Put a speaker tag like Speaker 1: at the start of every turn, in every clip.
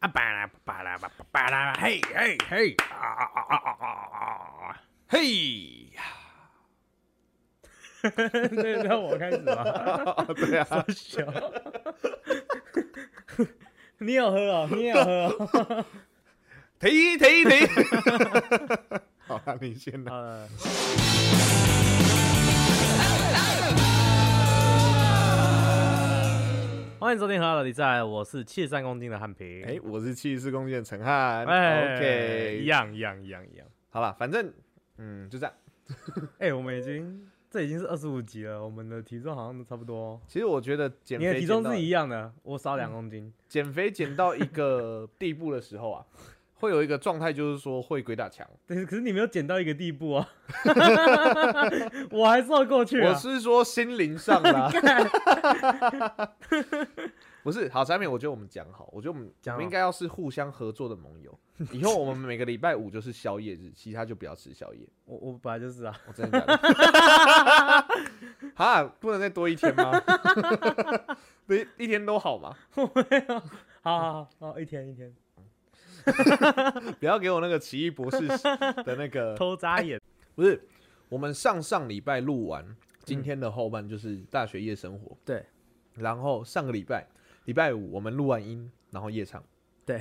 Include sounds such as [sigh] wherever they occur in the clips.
Speaker 1: 啊巴拉巴拉巴拉巴拉，嘿嘿嘿，啊啊啊啊啊啊啊，嘿呀！
Speaker 2: [laughs] 对，让我开始吧。 [laughs]
Speaker 3: 对啊，
Speaker 2: 小，你有喝哦，你有喝哦。
Speaker 1: 停停 [laughs] 停！
Speaker 3: 好了，你先 [laughs] 来。
Speaker 2: 呃， [laughs] 欢迎收听《和到底在》，我是七十三公斤的汉平。
Speaker 3: 哎，我是七十四公斤的陈汉。
Speaker 2: 哎
Speaker 3: OK，
Speaker 2: 一样一样一样一样。
Speaker 3: 好了，反正嗯，就这样。
Speaker 2: 哎、我们已经这已经是二十五集了，我们的体重好像都差不多哦。
Speaker 3: 其实我觉得减
Speaker 2: 你的
Speaker 3: 肥
Speaker 2: 体
Speaker 3: 减
Speaker 2: 重
Speaker 3: 到嗯
Speaker 2: 是一样的，我少两公斤。
Speaker 3: 减肥减到一个地步的时候啊，会有一个状态，就是说会鬼打墙。
Speaker 2: 但是可是你没有减到一个地步啊， [laughs] 我还瘦过去
Speaker 3: 我
Speaker 2: 啊。
Speaker 3: 是说心灵
Speaker 2: [laughs]
Speaker 3: 上啦，不是好产品。我觉得我们讲好，我觉得我们我
Speaker 2: 讲好
Speaker 3: 们应该要是互相合作的盟友。以后我们每个礼拜五就是宵夜日，其他就不要吃宵夜。
Speaker 2: 我我本来就是啊，
Speaker 3: 我、哦真的假的？ [laughs] 哈，不能再多一天吗？ [laughs] 对，一天都好嘛，
Speaker 2: 好好好好，一天一天
Speaker 3: 不要给我那个奇异博士的
Speaker 2: [laughs]
Speaker 3: 那个
Speaker 2: 偷眨眼。
Speaker 3: 不是，我们上上礼拜录完，今天的后半就是大学夜生活。
Speaker 2: 对，
Speaker 3: 然后上个礼拜礼拜五我们录完音，然后夜场。
Speaker 2: 对，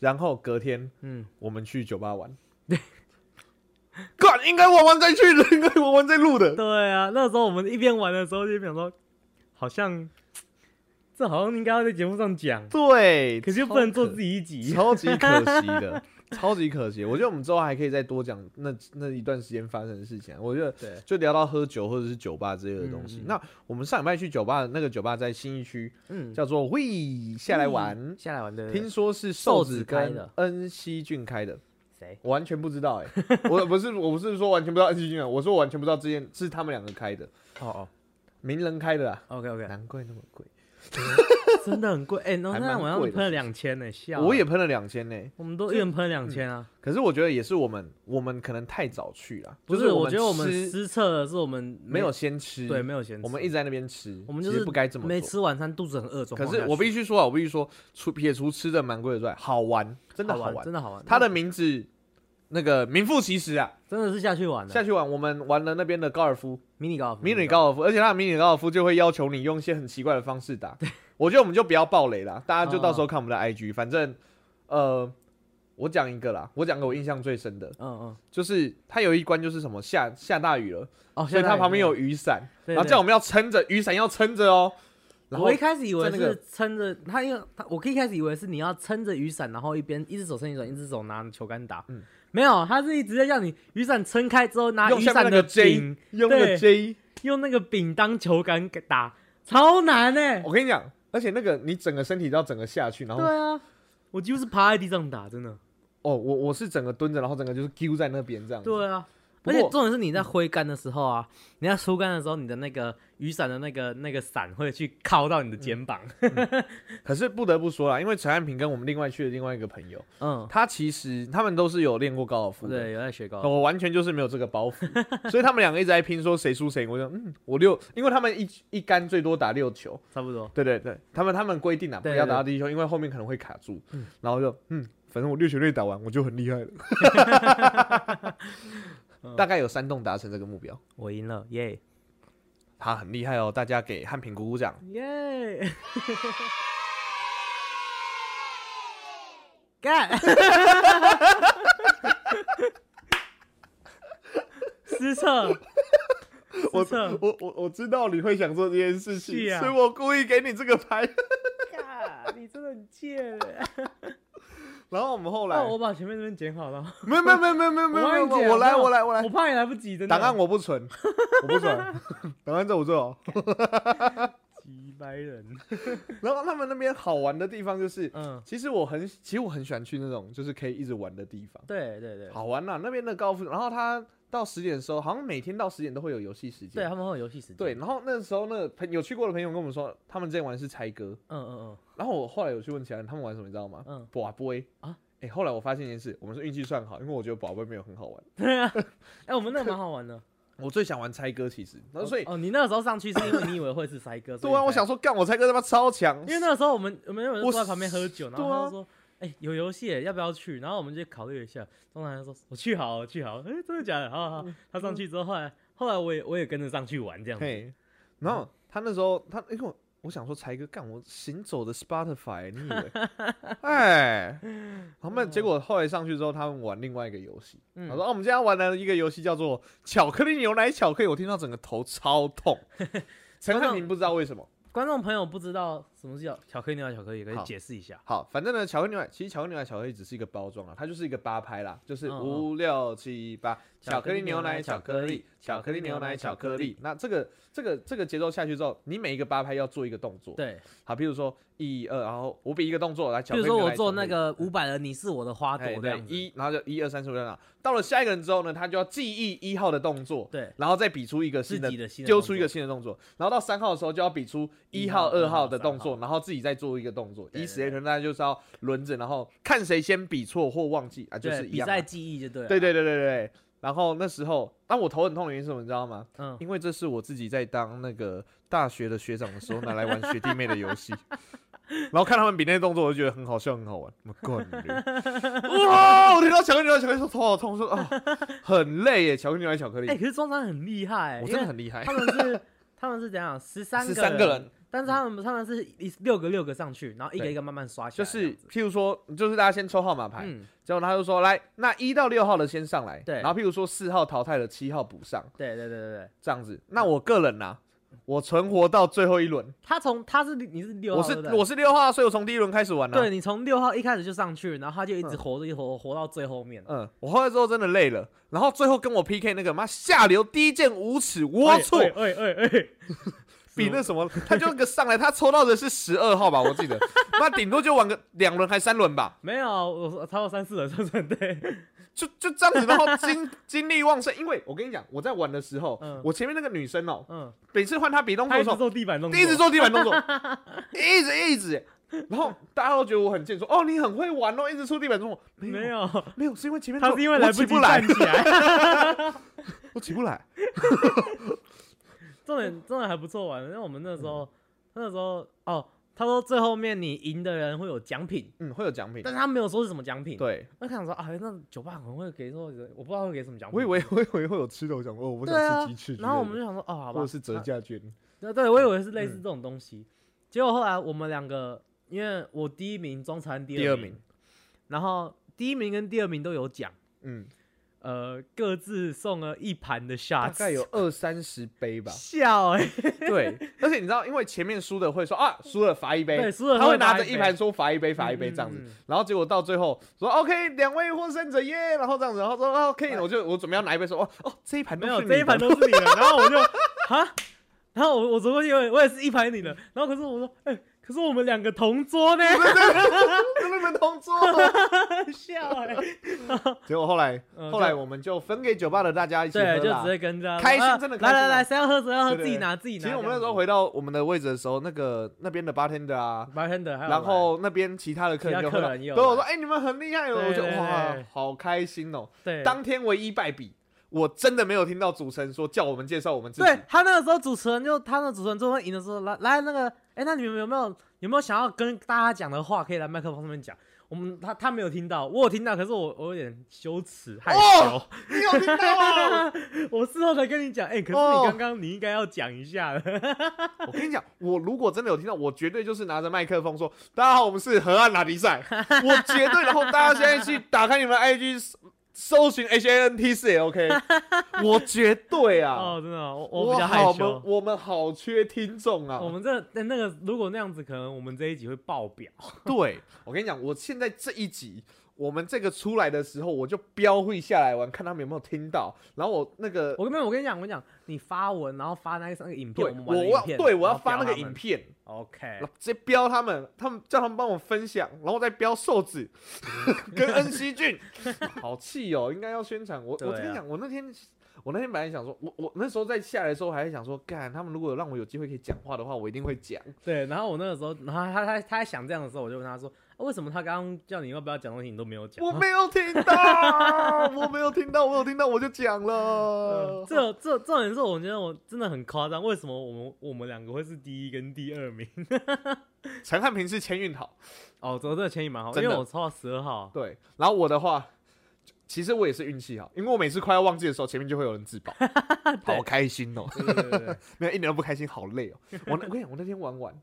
Speaker 3: 然后隔天
Speaker 2: 嗯，
Speaker 3: 我们去酒
Speaker 2: [laughs]
Speaker 3: 吧玩。对，干，应该玩完再去的，应该玩完再录的。
Speaker 2: 对啊，那时候我们一边玩的时候就一边想说，好像这好像应该要在节目上讲，
Speaker 3: 对，
Speaker 2: 可是又不能做自
Speaker 3: 己，
Speaker 2: 己一集。
Speaker 3: 超级可惜
Speaker 2: [laughs]
Speaker 3: 的，超级可惜。我觉得我们之后还可以再多讲那那一段时间发生的事情啊。我觉得
Speaker 2: 对，
Speaker 3: 就聊到喝酒或者是酒吧之类的东
Speaker 2: 嗯
Speaker 3: 西。
Speaker 2: 嗯
Speaker 3: 那我们上礼拜去酒吧，那个酒吧在新一区，
Speaker 2: 嗯，
Speaker 3: 叫做 We 下来玩，
Speaker 2: 下来玩的
Speaker 3: 听说是瘦子
Speaker 2: 瘦子开
Speaker 3: 跟
Speaker 2: 的
Speaker 3: 恩熙俊开的，
Speaker 2: 谁？
Speaker 3: 我完全不知道
Speaker 2: [laughs]
Speaker 3: 哎、我不是我不是说完全不知道恩熙俊啊，我说我完全不知道这件是他们两个开的，
Speaker 2: 哦
Speaker 3: 名人开的啊，
Speaker 2: 哦，OK OK，
Speaker 3: 难怪那么贵，
Speaker 2: [laughs] 真的很贵哎，那
Speaker 3: 还
Speaker 2: 那
Speaker 3: 蛮
Speaker 2: 晚上
Speaker 3: 贵的
Speaker 2: 喷了两千呢，笑。
Speaker 3: 我也，喷了两千呢。
Speaker 2: 我们都一人喷两千啊。
Speaker 3: 可是我觉得也是我们我们可能太早去了，
Speaker 2: 不，
Speaker 3: 嗯就是
Speaker 2: 我觉得我们
Speaker 3: 吃
Speaker 2: 失策的是我们
Speaker 3: 没有先吃，
Speaker 2: 对没有闲，
Speaker 3: 我们一直在那边吃，
Speaker 2: 我们就
Speaker 3: 其
Speaker 2: 是
Speaker 3: 实不该这么
Speaker 2: 没
Speaker 3: 做。
Speaker 2: 吃晚餐，肚子很饿。状
Speaker 3: 可
Speaker 2: 况
Speaker 3: 是
Speaker 2: 下
Speaker 3: 我
Speaker 2: 去
Speaker 3: 必须说啊，我必须说，除撇除吃的蛮贵的之外，好玩，真的
Speaker 2: 好
Speaker 3: 玩。
Speaker 2: 真的好玩。
Speaker 3: 它的名字那个名副其实啊，
Speaker 2: 真的是嗯下去玩
Speaker 3: 下
Speaker 2: 了，
Speaker 3: 去玩，我们玩了那边的高尔夫，
Speaker 2: 迷你高尔夫，
Speaker 3: 迷你高尔夫，而且他的迷你高尔夫就会要求你用一些很奇怪的方式打。我觉得我们就不要爆雷啦，大家就
Speaker 2: 嗯
Speaker 3: 到时候看我们的 IG，、反正呃，我讲一个啦，我讲个我印象最深的，
Speaker 2: 嗯嗯，
Speaker 3: 就是他有一关就是什么下下大雨了，
Speaker 2: 哦，
Speaker 3: 所以
Speaker 2: 下
Speaker 3: 他
Speaker 2: 来
Speaker 3: 旁边有
Speaker 2: 对
Speaker 3: 雨伞，
Speaker 2: 对
Speaker 3: 然后叫我们要撑着，雨伞要撑着哦。然后
Speaker 2: 我一开始以为
Speaker 3: 在那个
Speaker 2: 是撑着他，因为他我一开始以为是你要撑着雨伞，然后一边一只手撑雨伞，一只手拿球杆打。
Speaker 3: 嗯
Speaker 2: 没有，他是直接叫你雨伞撑开之后拿
Speaker 3: 用
Speaker 2: 雨
Speaker 3: 下
Speaker 2: 伞
Speaker 3: 面那
Speaker 2: 的
Speaker 3: 个 J
Speaker 2: 柄，
Speaker 3: 用那个
Speaker 2: 对
Speaker 3: J，
Speaker 2: 用那个柄当球杆给打，超难呢、欸
Speaker 3: 我跟你讲，而且那个你整个身体都要整个下去，然后
Speaker 2: 对啊，我几乎是趴在地上打，真的。
Speaker 3: 哦，我我是整个蹲着，然后整个就是丢在那边这样子。
Speaker 2: 对啊，
Speaker 3: 不
Speaker 2: 而且
Speaker 3: 过
Speaker 2: 重点是你在挥杆的时候啊，你在收杆的时候，你的那个雨伞的那个那个伞会去靠到你的肩膀。
Speaker 3: 可是不得不说啦，因为陈汉平跟我们另外去的另外一个朋友，
Speaker 2: 嗯，
Speaker 3: 他其实他们都是有练过高尔夫
Speaker 2: [laughs]
Speaker 3: 的。
Speaker 2: 对，有在学高尔夫。
Speaker 3: 嗯我完全就是没有这个包袱，所以他们两个一直在拼说谁输谁赢。我就嗯，我六，因为他们一一杆最多打六球，
Speaker 2: 差不多。
Speaker 3: 对对对，他们他们规定啊，不
Speaker 2: 对
Speaker 3: 要打到第一球，因为后面可能会卡住。然后就嗯，反正我六球队打完我就很厉害了，
Speaker 2: [laughs]
Speaker 3: 大概有三栋达成这个目标，
Speaker 2: 我赢了，耶
Speaker 3: 他很厉害哦，大家给汉平鼓鼓掌。
Speaker 2: 耶！干！ [laughs] 失策，
Speaker 3: 我
Speaker 2: 失策，
Speaker 3: [laughs] 我我我知道你会想做这件事情，
Speaker 2: 啊是啊
Speaker 3: 所以我故意给你这个牌。
Speaker 2: 干！你真的很贱。欸
Speaker 3: 然后我们后来，
Speaker 2: 哦，我把前面这边剪好了，
Speaker 3: 没有没有没有没有没有没有
Speaker 2: 我
Speaker 3: 没有，
Speaker 2: 帮你
Speaker 3: 没
Speaker 2: 剪
Speaker 3: 有我来
Speaker 2: 没有
Speaker 3: 我来我
Speaker 2: 我
Speaker 3: 来，
Speaker 2: 怕你来不及，真的。
Speaker 3: 档案我不存， [laughs] 我不存，档案在我这哦。
Speaker 2: 几百人。
Speaker 3: 然后他们那边好玩的地方就是，
Speaker 2: 嗯，
Speaker 3: 其实我很其实我很喜欢去那种就是可以一直玩的地方，
Speaker 2: 对对对，
Speaker 3: 好玩啦、那边的高尔夫，然后他到十点的时候，好像每天到十点都会有游戏时
Speaker 2: 对
Speaker 3: 间。
Speaker 2: 他们会有游戏时间。
Speaker 3: 对，，然后那时候那个朋有去过的朋友跟我们说，他们之前玩是猜歌，
Speaker 2: 嗯嗯
Speaker 3: 然后我后来有去问其他人，他们玩什么，你知道吗
Speaker 2: 嗯？嗯，
Speaker 3: 宝贝
Speaker 2: 啊！
Speaker 3: 哎、后来我发现一件事，我们是运气算好，因为我觉得宝贝没有很好玩。
Speaker 2: 对啊。 [laughs] 哎，我们那个蛮好玩的。
Speaker 3: 我最想玩猜歌，其实， [laughs] 然后所以、
Speaker 2: 哦，你那个时候上去是因为你以为会是塞哥，所以
Speaker 3: 对啊，
Speaker 2: 你
Speaker 3: 我
Speaker 2: 才
Speaker 3: 想说，干我猜歌他妈超强
Speaker 2: 因，为那个时候我们我们有人
Speaker 3: 我
Speaker 2: 坐在旁边喝酒，然后
Speaker 3: 对啊
Speaker 2: 他就说：“哎、哎、有游戏耶，要不要去？然后我们就考虑一下。钟南说，我去好了，我去好了。哎、真的假的？好好
Speaker 3: 嗯
Speaker 2: 好。他上去之后，后来后来我也我也跟着上去玩这样子。
Speaker 3: 嘿，然后他那时候他因为我我想说才哥干我行走的 Spotify，你以为？
Speaker 2: [laughs]
Speaker 3: 哎，他们结果后来上去之后，他们玩另外一个游戏，
Speaker 2: 嗯
Speaker 3: 他说、哦、我们今天要玩的一个游戏叫做巧克力牛奶巧克力，我听到整个头超
Speaker 2: [laughs]
Speaker 3: 痛。陈汉明不知道为什么。
Speaker 2: 观众朋友不知道什么是巧巧克力牛奶巧克力，可以
Speaker 3: 好
Speaker 2: 解释一下。
Speaker 3: 好，反正呢，巧克力牛奶其实巧克力牛奶巧克力只是一个包装啊，它就是一个八拍啦，就是
Speaker 2: 嗯嗯
Speaker 3: 五六七八，巧克力牛奶
Speaker 2: 巧
Speaker 3: 巧
Speaker 2: 克
Speaker 3: 克
Speaker 2: 力
Speaker 3: 力，巧克力牛奶巧克力。那这个这个这个节奏下去之后，你每一个八拍要做一个动作。
Speaker 2: 对，
Speaker 3: 好，比如说一二，然后我比一个动作来，
Speaker 2: 比
Speaker 3: 巧克
Speaker 2: 如
Speaker 3: 力
Speaker 2: 说
Speaker 3: 牛
Speaker 2: 我
Speaker 3: 奶
Speaker 2: 做
Speaker 3: 巧克
Speaker 2: 那
Speaker 3: 力。
Speaker 2: 个五百的你是我的花朵
Speaker 3: 哎，
Speaker 2: 这
Speaker 3: 对
Speaker 2: 样，子。
Speaker 3: 一，然后就一二三四五六，到了下一个人之后呢，他就要记忆一号的动作，
Speaker 2: 对，
Speaker 3: 然后再比出一个新
Speaker 2: 自己的新的
Speaker 3: 丢
Speaker 2: 动作
Speaker 3: 出一个新的动作，然后到三号的时候就要比出一号、
Speaker 2: 一号
Speaker 3: 二号的动
Speaker 2: 三
Speaker 3: 作，然后自己再做一个动作，
Speaker 2: 对对
Speaker 3: 以此类推，大家就是要轮着，然后看谁先比错或忘记啊，就
Speaker 2: 对，
Speaker 3: 是一
Speaker 2: 比
Speaker 3: 样
Speaker 2: 赛
Speaker 3: 嘛。
Speaker 2: 记忆就对了。
Speaker 3: 对对对对对。然后那时候，啊，我头很痛的原因是什么，你知道吗？
Speaker 2: 嗯，
Speaker 3: 因为这是我自己在当那个大学的学长的时候拿来玩学弟妹的
Speaker 2: [laughs]
Speaker 3: 游戏，然后看他们比那些动作，我就觉得很好笑，很好玩。我干你娘！哇！我听到巧克力牛奶巧克力说头好痛，我说哦，很累耶，巧克力牛奶巧克力，
Speaker 2: 哎、可是中山很厉害、
Speaker 3: 我
Speaker 2: 因
Speaker 3: 真的
Speaker 2: 为
Speaker 3: 很厉害
Speaker 2: 他。们是他们是怎样？十三
Speaker 3: 13个人，
Speaker 2: 但是他们他们是一六个六个上去，然后一个
Speaker 3: 对
Speaker 2: 一个慢慢刷起
Speaker 3: 就
Speaker 2: 来这
Speaker 3: 是
Speaker 2: 样子，
Speaker 3: 譬如说，就是大家先抽号码牌，
Speaker 2: 嗯，
Speaker 3: 结果他就说来，那一到六号的先上来，
Speaker 2: 对
Speaker 3: 然后譬如说四号淘汰了，七号补上，
Speaker 2: 对对对对对，
Speaker 3: 这样子。
Speaker 2: 嗯
Speaker 3: 那我个人呐、啊我存活到最后一轮，
Speaker 2: 他从他是你是六号，
Speaker 3: 我是
Speaker 2: 对不对
Speaker 3: 我是六号，啊所以我从第一轮开始玩啊了、
Speaker 2: 对你从六号一开始就上去，然后他就一直
Speaker 3: 嗯
Speaker 2: 活着，一直活活到最后面。
Speaker 3: 嗯，我后来之后真的累了，然后最后跟我 PK 那个妈下流低贱无耻龌龊，
Speaker 2: 哎哎哎，
Speaker 3: 比那什么，他就那个上来，他抽到的是十二号吧，我记得，那顶多就玩个两轮还三轮吧，
Speaker 2: 没有，我超过三四了，是不是？对，
Speaker 3: 就就这
Speaker 2: [laughs]
Speaker 3: 样子，然后精精力旺盛，因为我跟你讲，我在玩的时候，
Speaker 2: 嗯
Speaker 3: 我前面那个女生哦、
Speaker 2: 嗯，
Speaker 3: 每次换她比动作
Speaker 2: 他
Speaker 3: 的
Speaker 2: 一
Speaker 3: 时
Speaker 2: 直
Speaker 3: 候，
Speaker 2: 做地板动作，
Speaker 3: 一直做地板动作，
Speaker 2: [laughs]
Speaker 3: 一直一直，然后大家都觉得我很贱，说哦你很会玩哦，一直出地板动作，
Speaker 2: 没
Speaker 3: 没有
Speaker 2: 有，
Speaker 3: 没有，是因为前面
Speaker 2: 他是因为来
Speaker 3: 我起
Speaker 2: 及
Speaker 3: 不来
Speaker 2: 站，起
Speaker 3: [laughs]
Speaker 2: 来。
Speaker 3: 我起不来，
Speaker 2: 重点重点还不错玩，因为我们那时
Speaker 3: 嗯
Speaker 2: 候那时候哦，他说最后面你赢的人会有奖品，
Speaker 3: 嗯，会有奖品
Speaker 2: 但，是他没有说是什么奖品。，
Speaker 3: 对。
Speaker 2: 我想说啊，那酒吧可能会给说，我不知道会给什么奖品。
Speaker 3: 我以为 [laughs] 我以为会有吃的，我想哦，我
Speaker 2: 对啊
Speaker 3: 想吃鸡翅之类的，
Speaker 2: 然后我们就想说，哦，好吧，
Speaker 3: 或者是折
Speaker 2: 那
Speaker 3: 价嗯券，
Speaker 2: 对对，我以为是类似这种东西，结果后来我们两个，因为我第一名，中餐第
Speaker 3: 第
Speaker 2: 二
Speaker 3: 二
Speaker 2: 名，
Speaker 3: 名
Speaker 2: 然后第一名跟第二名都有奖，
Speaker 3: 嗯，
Speaker 2: 呃，各自送了一盘的 shots，
Speaker 3: 大概有二三十杯
Speaker 2: [laughs]
Speaker 3: 吧。
Speaker 2: 笑哎、
Speaker 3: 对，而且你知道，因为前面输的会说啊，输了罚一杯，
Speaker 2: 对输了
Speaker 3: 他
Speaker 2: 会
Speaker 3: 会
Speaker 2: 罚
Speaker 3: 拿着
Speaker 2: 一
Speaker 3: 一
Speaker 2: 杯
Speaker 3: 盘说罚一杯，罚一杯这样子
Speaker 2: 嗯嗯嗯。
Speaker 3: 然后结果到最后说 OK，两位获胜者耶，然后这样子，然后说啊 OK，我就我准备要拿一杯，说哦哦，这一盘
Speaker 2: 哎没
Speaker 3: 都
Speaker 2: 有
Speaker 3: 是
Speaker 2: 这一
Speaker 3: 你
Speaker 2: 盘
Speaker 3: 的
Speaker 2: 都是你
Speaker 3: [laughs]
Speaker 2: 的，然后我就哈，然后我我走过去，我也是一盘你的，然后可是我说，哎、可是我们两个同桌
Speaker 3: [laughs]
Speaker 2: 呢，
Speaker 3: 跟你们
Speaker 2: [laughs]
Speaker 3: 同桌。
Speaker 2: 笑哎、
Speaker 3: 结果后来
Speaker 2: 嗯
Speaker 3: 后来我们就分给酒吧的大家一起喝
Speaker 2: 对，就
Speaker 3: 啦
Speaker 2: 直接跟着
Speaker 3: 开心真的
Speaker 2: 来
Speaker 3: 开心
Speaker 2: 来
Speaker 3: 啊
Speaker 2: 来，谁要喝谁要喝，
Speaker 3: 对对
Speaker 2: 自己
Speaker 3: 对
Speaker 2: 拿自己拿。
Speaker 3: 其实我们那时候回到我们的位置的时候，那个那边的 bartender 啊，
Speaker 2: 白天的，
Speaker 3: 然后那边其他的客人就
Speaker 2: 其他
Speaker 3: 会
Speaker 2: 客
Speaker 3: 来
Speaker 2: 人也有
Speaker 3: 跟我说：“
Speaker 2: 来
Speaker 3: 哎、你们很厉害哦！”
Speaker 2: 对
Speaker 3: 我就
Speaker 2: 对
Speaker 3: 哇
Speaker 2: 对，
Speaker 3: 好开心哦！
Speaker 2: 对
Speaker 3: 当天唯一败笔，我真的没有听到主持人说叫我们介绍我们自己。
Speaker 2: 对他那个时候主持人就他那个主持人最后赢的时候，来来那个，哎、那你们有没有有没有想要跟大家讲的话，可以来麦克风上面讲。我们他他没有听到，我有听到，可是我我有点羞耻害羞，
Speaker 3: 哦你有听到吗？
Speaker 2: 哦 [laughs] 我事后才跟你讲，哎、可是
Speaker 3: 哦
Speaker 2: 你刚刚你应该要讲一下的，
Speaker 3: 我跟你讲，我如果真的有听到，我绝对就是拿着麦克风说：“大家好，我们是河岸拉迪赛。”我绝对，然后大家现在去打开你们的 IG，搜寻 H A N T 四 L K，我绝对啊！
Speaker 2: [laughs] 哦，真的哦，我我
Speaker 3: 我
Speaker 2: 比较害
Speaker 3: 好们
Speaker 2: 羞。
Speaker 3: 我们好缺听众啊！
Speaker 2: 我们这那那个如果那样子，可能我们这一集会爆表。
Speaker 3: 对，我跟你讲，我现在这一集，我们这个出来的时候，我就标会下来玩，看他们有没有听到。然后我那个，
Speaker 2: [laughs] 我跟我跟你讲，我跟你讲，你发文，然后发那个那个影片，
Speaker 3: 对
Speaker 2: 我们玩
Speaker 3: 我
Speaker 2: 的
Speaker 3: 要
Speaker 2: 影片，
Speaker 3: 对我
Speaker 2: 然
Speaker 3: 要
Speaker 2: 后
Speaker 3: 发
Speaker 2: 标
Speaker 3: 那个
Speaker 2: 他们
Speaker 3: 影片，
Speaker 2: ，OK，
Speaker 3: 然后直接标他们，他们叫他们帮我分享，然后再标
Speaker 2: [laughs]
Speaker 3: 瘦子跟恩熙俊，好气哦！应该要宣传我。
Speaker 2: 对啊
Speaker 3: 我跟你讲，我那天。我那天本来想说，我我那时候在下来的时候，还在想说，干他们如果让我有机会可以讲话的话，我一定会讲。
Speaker 2: 对，然后我那个时候，然后他他他在想这样的时候，我就问他说：“啊为什么他刚刚叫你要不要讲东西，你都没有讲？啊
Speaker 3: 我没有听到，我没有听到，我有听到我就讲了
Speaker 2: 呃。 [laughs] 这这这点是我觉得我真的很夸张，为什么我们我们两个会是第一跟第二名？
Speaker 3: 陈汉平是签运好，
Speaker 2: [laughs] 哦，走这个前也蛮好，因
Speaker 3: 真的
Speaker 2: 为我抽到十二号，啊
Speaker 3: 对。然后我的话，其实我也是运气好，因为我每次快要忘记的时候，前面就会有人自
Speaker 2: [laughs]
Speaker 3: 保，好开心哦。
Speaker 2: 对对对对，
Speaker 3: 没有一点都不开心，好累哦。我那我跟你讲，我那天玩完，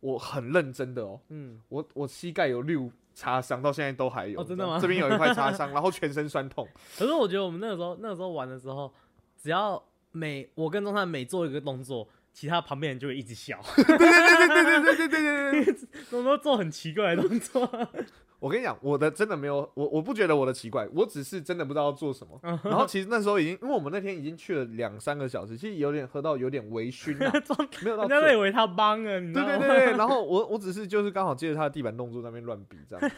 Speaker 3: 我很认真的哦，
Speaker 2: 嗯，
Speaker 3: 我我膝盖有六擦伤，到现在都还有。
Speaker 2: 哦真的吗
Speaker 3: 这边有一
Speaker 2: [laughs]
Speaker 3: 块擦伤，然后全身酸痛。
Speaker 2: 可是我觉得我们那个时候那个时候玩的时候，只要每我跟钟汉每做一个动作，其他旁边人就会一直笑，
Speaker 3: [laughs] 对对对对对对对对对对对。
Speaker 2: [laughs] 我们都做很奇怪的动作，，
Speaker 3: 我跟你讲，我的真的没有，我我不觉得我的奇怪，我只是真的不知道要做什么。然后其实那时候已经，因为我们那天已经去了两三个小时，其实有点喝到有点微醺啊
Speaker 2: [laughs] 装
Speaker 3: 没有到
Speaker 2: 人
Speaker 3: 醉
Speaker 2: 家都以为他帮了，你知
Speaker 3: 对
Speaker 2: 道吗？
Speaker 3: 对对对，然后我我只是就是刚好接着他的地板动作在那边乱比
Speaker 2: [laughs]
Speaker 3: 这样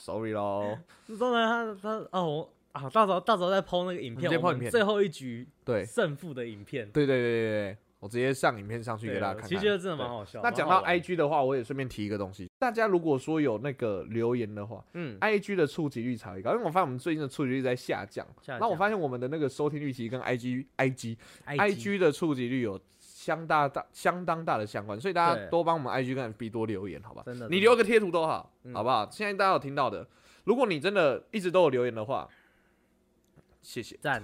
Speaker 3: ，sorry 咯。
Speaker 2: 对，钟汉他他哦我啊，到时候到时候再 PO 那个影
Speaker 3: 你
Speaker 2: 片，
Speaker 3: 直接 po
Speaker 2: 我
Speaker 3: 影
Speaker 2: 们
Speaker 3: 片
Speaker 2: 最后一局
Speaker 3: 对，
Speaker 2: 胜负的影片，
Speaker 3: 对对对对对，我直接上影片上去给大家看看。
Speaker 2: 其实觉得真的蛮
Speaker 3: 对
Speaker 2: 好笑。
Speaker 3: 那
Speaker 2: 蛮
Speaker 3: 讲
Speaker 2: 好
Speaker 3: 到
Speaker 2: 玩
Speaker 3: IG 的话，我也顺便提一个东西，大家如果说有那个留言的话
Speaker 2: 嗯，
Speaker 3: ，IG 的触及率才会高，因为我发现我们最近的触及率在下降，
Speaker 2: 下
Speaker 3: 那我
Speaker 2: 降
Speaker 3: 发现我们的那个收听率其实跟 IG IG
Speaker 2: IG
Speaker 3: IG 的触及率有相大大相当大的相关，所以大家
Speaker 2: 对
Speaker 3: 多帮我们 IG 跟 FB 多留言，好吧？
Speaker 2: 真的
Speaker 3: 你
Speaker 2: 真
Speaker 3: 留
Speaker 2: 的
Speaker 3: 个贴图都好，
Speaker 2: 嗯
Speaker 3: 好不好？现在大家有听到的，如果你真的一直都有留言的话，谢谢。
Speaker 2: 赞，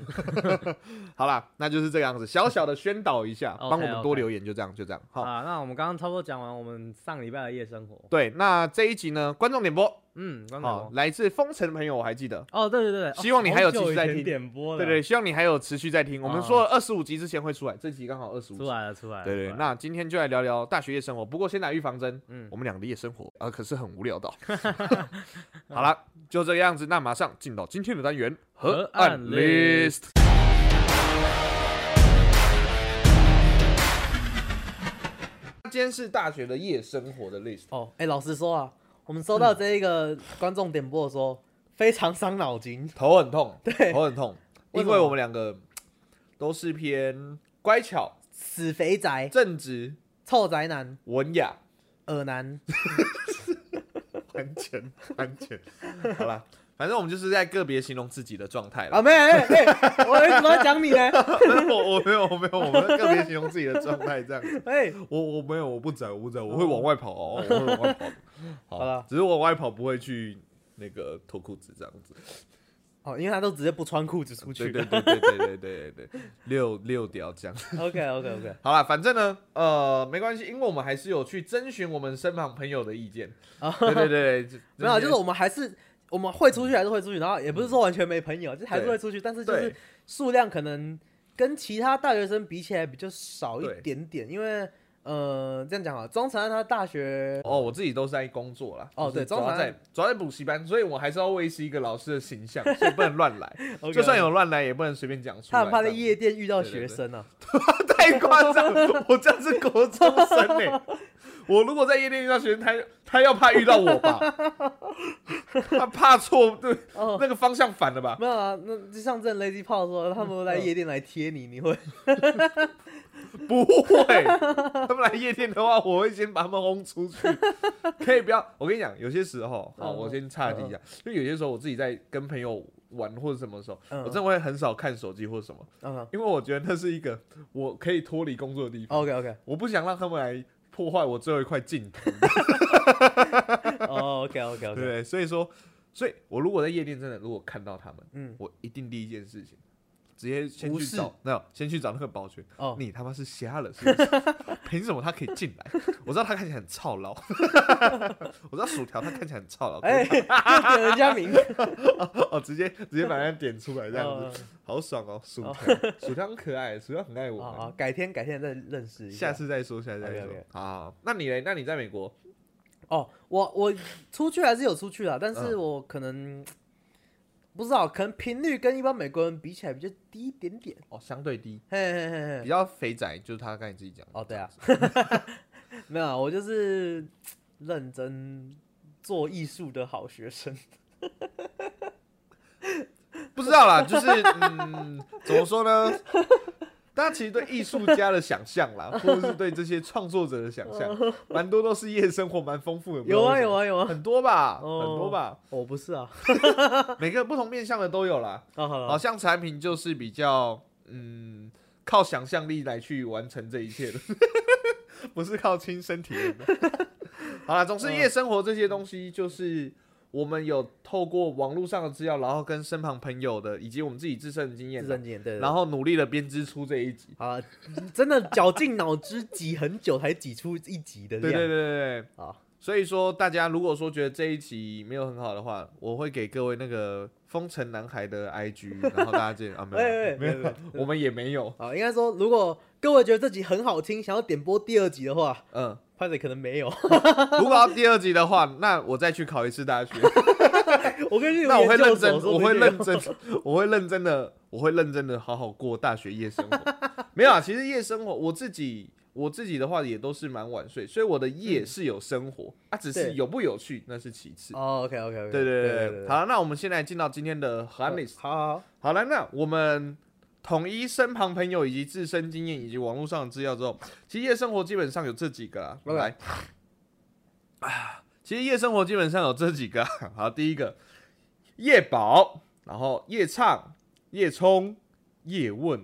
Speaker 3: 好啦，那就是这个样子，小小的宣导一下，
Speaker 2: [laughs] OK，
Speaker 3: 帮我们多
Speaker 2: OK
Speaker 3: 留言，就这样，就这样。 [laughs] 好，
Speaker 2: 啊，那我们刚刚差不多讲完我们上礼拜的夜生活。
Speaker 3: 对，那这一集呢，观众点播，
Speaker 2: 嗯，刚才
Speaker 3: 好
Speaker 2: 我，
Speaker 3: 哦来自封城的朋友，我还记得，
Speaker 2: 哦，对对对，
Speaker 3: 希望你还有继续在
Speaker 2: 在
Speaker 3: 听
Speaker 2: 点播
Speaker 3: 对
Speaker 2: 了，
Speaker 3: 对，希望你还有持续在听，我们
Speaker 2: 啊
Speaker 3: 说二十五集之前会出来，这集刚好二十五
Speaker 2: 出
Speaker 3: 集。
Speaker 2: 来了，出来了。
Speaker 3: 对对，
Speaker 2: 出来了
Speaker 3: 那今天就来聊聊大学夜生活。不过先打预防针，
Speaker 2: 嗯
Speaker 3: 我们俩的夜生活啊、可是很
Speaker 2: [laughs]
Speaker 3: 无聊的哦。好了，就这个样子，那马上进到今天的单元
Speaker 2: 河
Speaker 3: 岸
Speaker 2: 岸 list
Speaker 3: list。今天是大学的夜生活的 list，
Speaker 2: 哦，哎，老实说啊，我们收到这一个观众点播的时候，非常伤脑筋。
Speaker 3: 头很痛，
Speaker 2: 对
Speaker 3: 头很痛，
Speaker 2: 为
Speaker 3: 因
Speaker 2: 什么
Speaker 3: 为我们两个都是偏乖巧、
Speaker 2: 死肥宅、
Speaker 3: 正直、
Speaker 2: 臭宅男、
Speaker 3: 文雅、
Speaker 2: 恶男，
Speaker 3: 安全，安全。好啦，反正我们就是在个别形容自己的状态
Speaker 2: 啊，
Speaker 3: 啦。
Speaker 2: 没有，哎哎，我为什么要讲你呢？
Speaker 3: [laughs] 我我没有我没有，我们个别形容自己的状态这样子。
Speaker 2: 哎，
Speaker 3: [laughs] 我我没有，我不宅，我不宅，我会往外跑哦，我会往 [laughs] 外跑。好
Speaker 2: 好啦
Speaker 3: 只是我往外跑不会去那个脱裤子这样子。
Speaker 2: 哦，因为他都直接不穿裤子出
Speaker 3: 对
Speaker 2: 去。
Speaker 3: 对对对对对对对对，六六屌这样。
Speaker 2: OK OK OK，
Speaker 3: 好啦，反正呢，呃，没关系，因为我们还是有去征询我们身旁朋友的意见。对对对对，
Speaker 2: 哦 [laughs] 没有，啊就是我们还是我们会出去还是会出去，然后也不是说完全没朋友，就还是会出去，但是就是
Speaker 3: 对
Speaker 2: 数量可能跟其他大学生比起来比较少
Speaker 3: 对
Speaker 2: 一点点，因为呃这样讲啊，庄成安他大学
Speaker 3: 哦，我自己都是在工作啦。
Speaker 2: 哦
Speaker 3: 就是
Speaker 2: 对
Speaker 3: 主要
Speaker 2: 中
Speaker 3: 在
Speaker 2: 传
Speaker 3: 主要在补习班，所以我还是要维持一个老师的形象，所以不能乱
Speaker 2: [laughs]
Speaker 3: 来。 [laughs]
Speaker 2: OK，
Speaker 3: 就算有乱来，也不能随便讲出来。
Speaker 2: 他很怕在
Speaker 3: 这样
Speaker 2: 夜店遇到
Speaker 3: 对对
Speaker 2: 学
Speaker 3: 对
Speaker 2: 生
Speaker 3: [laughs]
Speaker 2: 啊，
Speaker 3: 太夸张了，我这样是国中生呢、
Speaker 2: [laughs]
Speaker 3: 我如果在夜店遇到学生，他他要怕遇到
Speaker 2: [laughs]
Speaker 3: 我吧？他怕错对
Speaker 2: 哦。
Speaker 3: 那个方向反了吧？
Speaker 2: 没有啊，那就像这 Lazy 炮说，他们来
Speaker 3: 嗯
Speaker 2: 夜店来贴你，你会
Speaker 3: 不会，他们来夜店的话，我会先把他们轰出去。可以不要，我跟你讲，有些时候，好，
Speaker 2: 嗯
Speaker 3: 我先岔题一下，就有些时候我自己在跟朋友玩或者什么时候，
Speaker 2: 嗯
Speaker 3: 我真的会很少看手机或什么，
Speaker 2: 嗯
Speaker 3: 因为我觉得那是一个我可以脱离工作的地方，
Speaker 2: ，OK
Speaker 3: [laughs]
Speaker 2: OK
Speaker 3: 我不想让他们来破坏我最后一块净土，
Speaker 2: OK OK
Speaker 3: 对
Speaker 2: OK，
Speaker 3: 对？所以说，所以我如果在夜店真的如果看到他们，
Speaker 2: 嗯
Speaker 3: 我一定第一件事情。直接先
Speaker 2: 无
Speaker 3: 去
Speaker 2: 视
Speaker 3: 找，没有，先去找那个保全。
Speaker 2: 哦
Speaker 3: 你他妈是瞎了是不是？ [laughs] 凭什么他可以进来？我知道他看起来很操劳， [laughs] 我知道薯条他看起来很操劳，
Speaker 2: 哎，
Speaker 3: 可
Speaker 2: 又
Speaker 3: 是
Speaker 2: 点人家
Speaker 3: [laughs]
Speaker 2: 名，
Speaker 3: 他哦，直接直接把人家点出来这样子，好爽哦！薯条，薯条很可爱，薯条很爱
Speaker 2: 哦，
Speaker 3: 我
Speaker 2: 好，
Speaker 3: 们。
Speaker 2: 好改天改天再认识一
Speaker 3: 下
Speaker 2: 下。
Speaker 3: 次再说，下次再说
Speaker 2: OK，OK。
Speaker 3: 好好，好那你嘞？那你在美国？
Speaker 2: 哦，我我出去还是有出去啦，但是
Speaker 3: 嗯
Speaker 2: 我可能、不知道，可能频率跟一般美国人比起来比较低一点点。
Speaker 3: 哦，相对低，
Speaker 2: 嘿嘿嘿
Speaker 3: 比
Speaker 2: 嘿，
Speaker 3: 较肥宅，就是他刚才自己讲的。
Speaker 2: 哦对啊， [laughs]
Speaker 3: [laughs]
Speaker 2: 没有啊，我就是认真做艺术的好学生。
Speaker 3: 不知道啦，就是嗯，怎么说呢？大家其实对艺术家的想象啦，或者是对这些创作者的想象，蛮多都是夜生活蛮丰富的。不知道
Speaker 2: 哦有啊
Speaker 3: 为什
Speaker 2: 有，
Speaker 3: 么
Speaker 2: 啊有啊，
Speaker 3: 很多吧，
Speaker 2: 哦
Speaker 3: 很多吧，
Speaker 2: 我不是啊，
Speaker 3: 每个不同面向的都有啦。
Speaker 2: 哦好了，
Speaker 3: 好像产品就是比较嗯，靠想象力来去完成这一切的， [laughs] 不是靠亲身体
Speaker 2: [laughs]
Speaker 3: 验的。好啦，总之夜生活这些东西，就是我们有透过网络上的资料，然后跟身旁朋友的，以及我们自己自身的经验
Speaker 2: 自
Speaker 3: 啦，
Speaker 2: 身经验对，对
Speaker 3: 然后努力的编织出这一集。
Speaker 2: 对啊， [laughs] 真的绞尽脑汁挤很久才挤出一集的
Speaker 3: 对
Speaker 2: 量，
Speaker 3: 对对对对。
Speaker 2: 好，
Speaker 3: 所以说，大家如果说觉得这一集没有很好的话，我会给各位那个风城男孩的
Speaker 2: [laughs]
Speaker 3: IG，然后大家见啊，
Speaker 2: [laughs]
Speaker 3: 没
Speaker 2: 喂喂
Speaker 3: 有没
Speaker 2: 喂
Speaker 3: 有，我们也没有，
Speaker 2: 啊，应该说，如果各位觉得这集很好听，想要点播第二集的话，
Speaker 3: 嗯，
Speaker 2: 拍的可能没有。
Speaker 3: [laughs] 如果要第二集的话，那我再去考一次
Speaker 2: [laughs]
Speaker 3: 大学，
Speaker 2: 我跟你
Speaker 3: 那我会认真，我会认真，我会认真的，我会认真的好好过大学夜生活。
Speaker 2: [laughs]
Speaker 3: 没有啊，其实夜生活我自己我自己的话也都是蛮晚睡，所以我的夜是有生活、啊，只
Speaker 2: 嗯
Speaker 3: 是
Speaker 2: 对
Speaker 3: 有不有趣那是其次。
Speaker 2: 哦，OK OK OK，
Speaker 3: 对对对对
Speaker 2: 对
Speaker 3: 好，那我们现在进到今天的 h a n e s
Speaker 2: 好好好
Speaker 3: 好了，那我们统一身旁朋友以及自身经验以及网络上的资料之后，其实夜生活基本上有这几个啦。
Speaker 2: OK
Speaker 3: 来，啊，其实夜生活基本上有这几个啊。好，第一个夜保，然后夜唱、夜冲、夜问、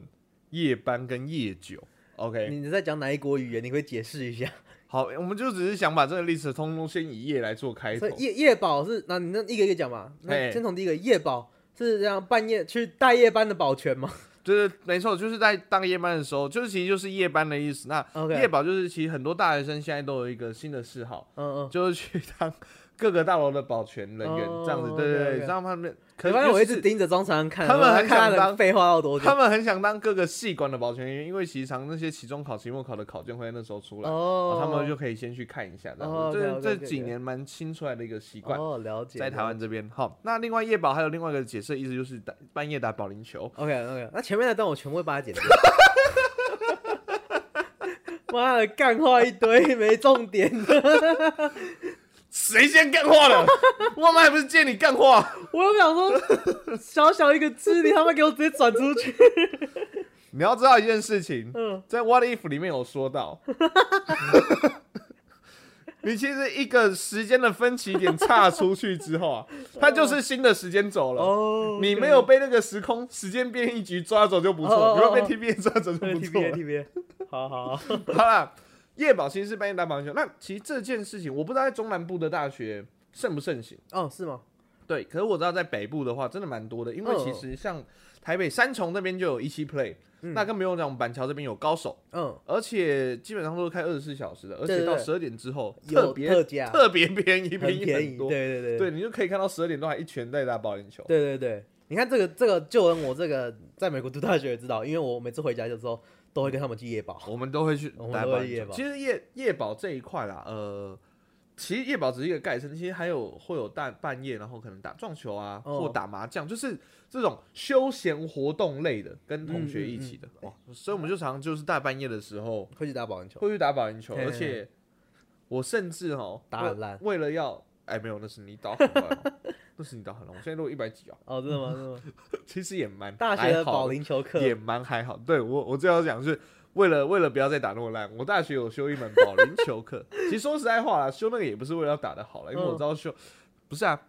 Speaker 3: 夜班跟夜酒。OK，
Speaker 2: 你你在讲哪一国语言？你会解释一下？
Speaker 3: 好，我们就只是想把这个历史通通先以夜来做开头
Speaker 2: 所以。夜夜宝是，那你那一个一个讲嘛。那
Speaker 3: 嘿
Speaker 2: 先从第一个夜宝是这样半夜去大夜班的保全吗
Speaker 3: 就是没错，就是在当夜班的时候，就是其实就是夜班的意思。那
Speaker 2: ？OK，
Speaker 3: 夜保就是其实很多大学生现在都有一个新的嗜好， [laughs]
Speaker 2: 嗯嗯，
Speaker 3: 就是去当各个大楼的保全人员
Speaker 2: 哦
Speaker 3: 这样子，对对
Speaker 2: OK，OK
Speaker 3: 对，让他们。
Speaker 2: 可
Speaker 3: 可是
Speaker 2: 发现我一直
Speaker 3: 就是
Speaker 2: 盯着张长安看，
Speaker 3: 他们
Speaker 2: 我
Speaker 3: 很
Speaker 2: 看
Speaker 3: 想
Speaker 2: 他的
Speaker 3: 当
Speaker 2: 废话要多久
Speaker 3: 他？们很想当各个系馆的保全人员，因为其实常那些期中考、期末考的考卷会在那时候出来，
Speaker 2: 哦，
Speaker 3: 他们就可以先去看一下这
Speaker 2: 哦
Speaker 3: 样子。这
Speaker 2: OK，OK，OK
Speaker 3: 这几年蛮新出来的一个习惯，
Speaker 2: 哦了解，
Speaker 3: 在台湾这边。好，那另外夜保还有另外一个解释，意思就是打半夜打保龄球。
Speaker 2: OK OK，那前面那段我全部会把它
Speaker 3: [laughs]
Speaker 2: 剪掉。妈的，干话一堆，没重点。
Speaker 3: 谁先干
Speaker 2: [laughs]
Speaker 3: 话了？我们还不是借你干话？
Speaker 2: 我又想
Speaker 3: [laughs]
Speaker 2: 说，小小一个字，你他妈给我直接转出去。
Speaker 3: 你要知道一件事情，
Speaker 2: 嗯，
Speaker 3: 在 What If 里面有说到， [laughs] 你其实一个时间的分歧点岔出去之
Speaker 2: [laughs]
Speaker 3: 后啊，它就是新的时间走了。
Speaker 2: 哦，
Speaker 3: 你没有被那个时空时间变异局抓走就不
Speaker 2: 哦哦
Speaker 3: 错，你
Speaker 2: 哦
Speaker 3: 会
Speaker 2: 哦
Speaker 3: 被 T B A 抓走就不
Speaker 2: T B
Speaker 3: 错
Speaker 2: A
Speaker 3: 了。
Speaker 2: T B A，好好好，
Speaker 3: [laughs] 好啦，夜保其实是半夜打保龄球，那其实这件事情我不知道在中南部的大学盛不盛行。
Speaker 2: 哦，是吗？
Speaker 3: 对，可是我知道在北部的话，真的蛮多的，因为
Speaker 2: 嗯
Speaker 3: 其实像台北三重那边就有一期 play，、那更不用讲，我们板桥这边有高手，
Speaker 2: 嗯，
Speaker 3: 而且基本上都是开二十四小时的，而
Speaker 2: 对
Speaker 3: 且
Speaker 2: 对
Speaker 3: 到
Speaker 2: 对
Speaker 3: 十二点之后
Speaker 2: 有
Speaker 3: 别
Speaker 2: 特价
Speaker 3: [laughs] [laughs] 特别便宜，
Speaker 2: 很
Speaker 3: 宜
Speaker 2: 便宜，对
Speaker 3: 很多。
Speaker 2: 对对对
Speaker 3: 你就可以看到十二点都还一拳在打保龄球。
Speaker 2: 对对对。你看这个这个，就连我这个在美国读大学也知道，因为我每次回家的时候都会跟他们去夜保。
Speaker 3: 我们都会去
Speaker 2: 我们
Speaker 3: 打
Speaker 2: 都
Speaker 3: 保
Speaker 2: 会
Speaker 3: 龄
Speaker 2: 夜
Speaker 3: 球。
Speaker 2: 保
Speaker 3: 其实夜夜保这一块啦，呃，其实夜保只是一个概称，其实还有会有大半夜，然后可能打撞球啊，
Speaker 2: 哦
Speaker 3: 或打麻将，就是这种休闲活动类的，跟同
Speaker 2: 嗯
Speaker 3: 学
Speaker 2: 嗯
Speaker 3: 一起的。哇，所以我们就常常就是大半夜的时候
Speaker 2: [laughs] 会去打保龄球，
Speaker 3: 会去打保龄球，
Speaker 2: 嘿嘿
Speaker 3: 而且我甚至哦
Speaker 2: 打很烂
Speaker 3: 为为了要哎没有，那是你打很烂哦， [laughs] 那是你打很烂，我现在都一
Speaker 2: [laughs]
Speaker 3: 百几啊，
Speaker 2: 哦，真的
Speaker 3: [laughs]
Speaker 2: 吗？真的吗？
Speaker 3: 其实也蛮
Speaker 2: 大学的
Speaker 3: 还好
Speaker 2: 保龄球课，
Speaker 3: 也蛮还好。对我我最要讲是为了为了不要再打那么烂，我大学有修一门保龄球
Speaker 2: [laughs]
Speaker 3: 课，其实说实在话啦，修那个也不是为了要打得好了，因为
Speaker 2: 嗯
Speaker 3: 我知道修、不是啊。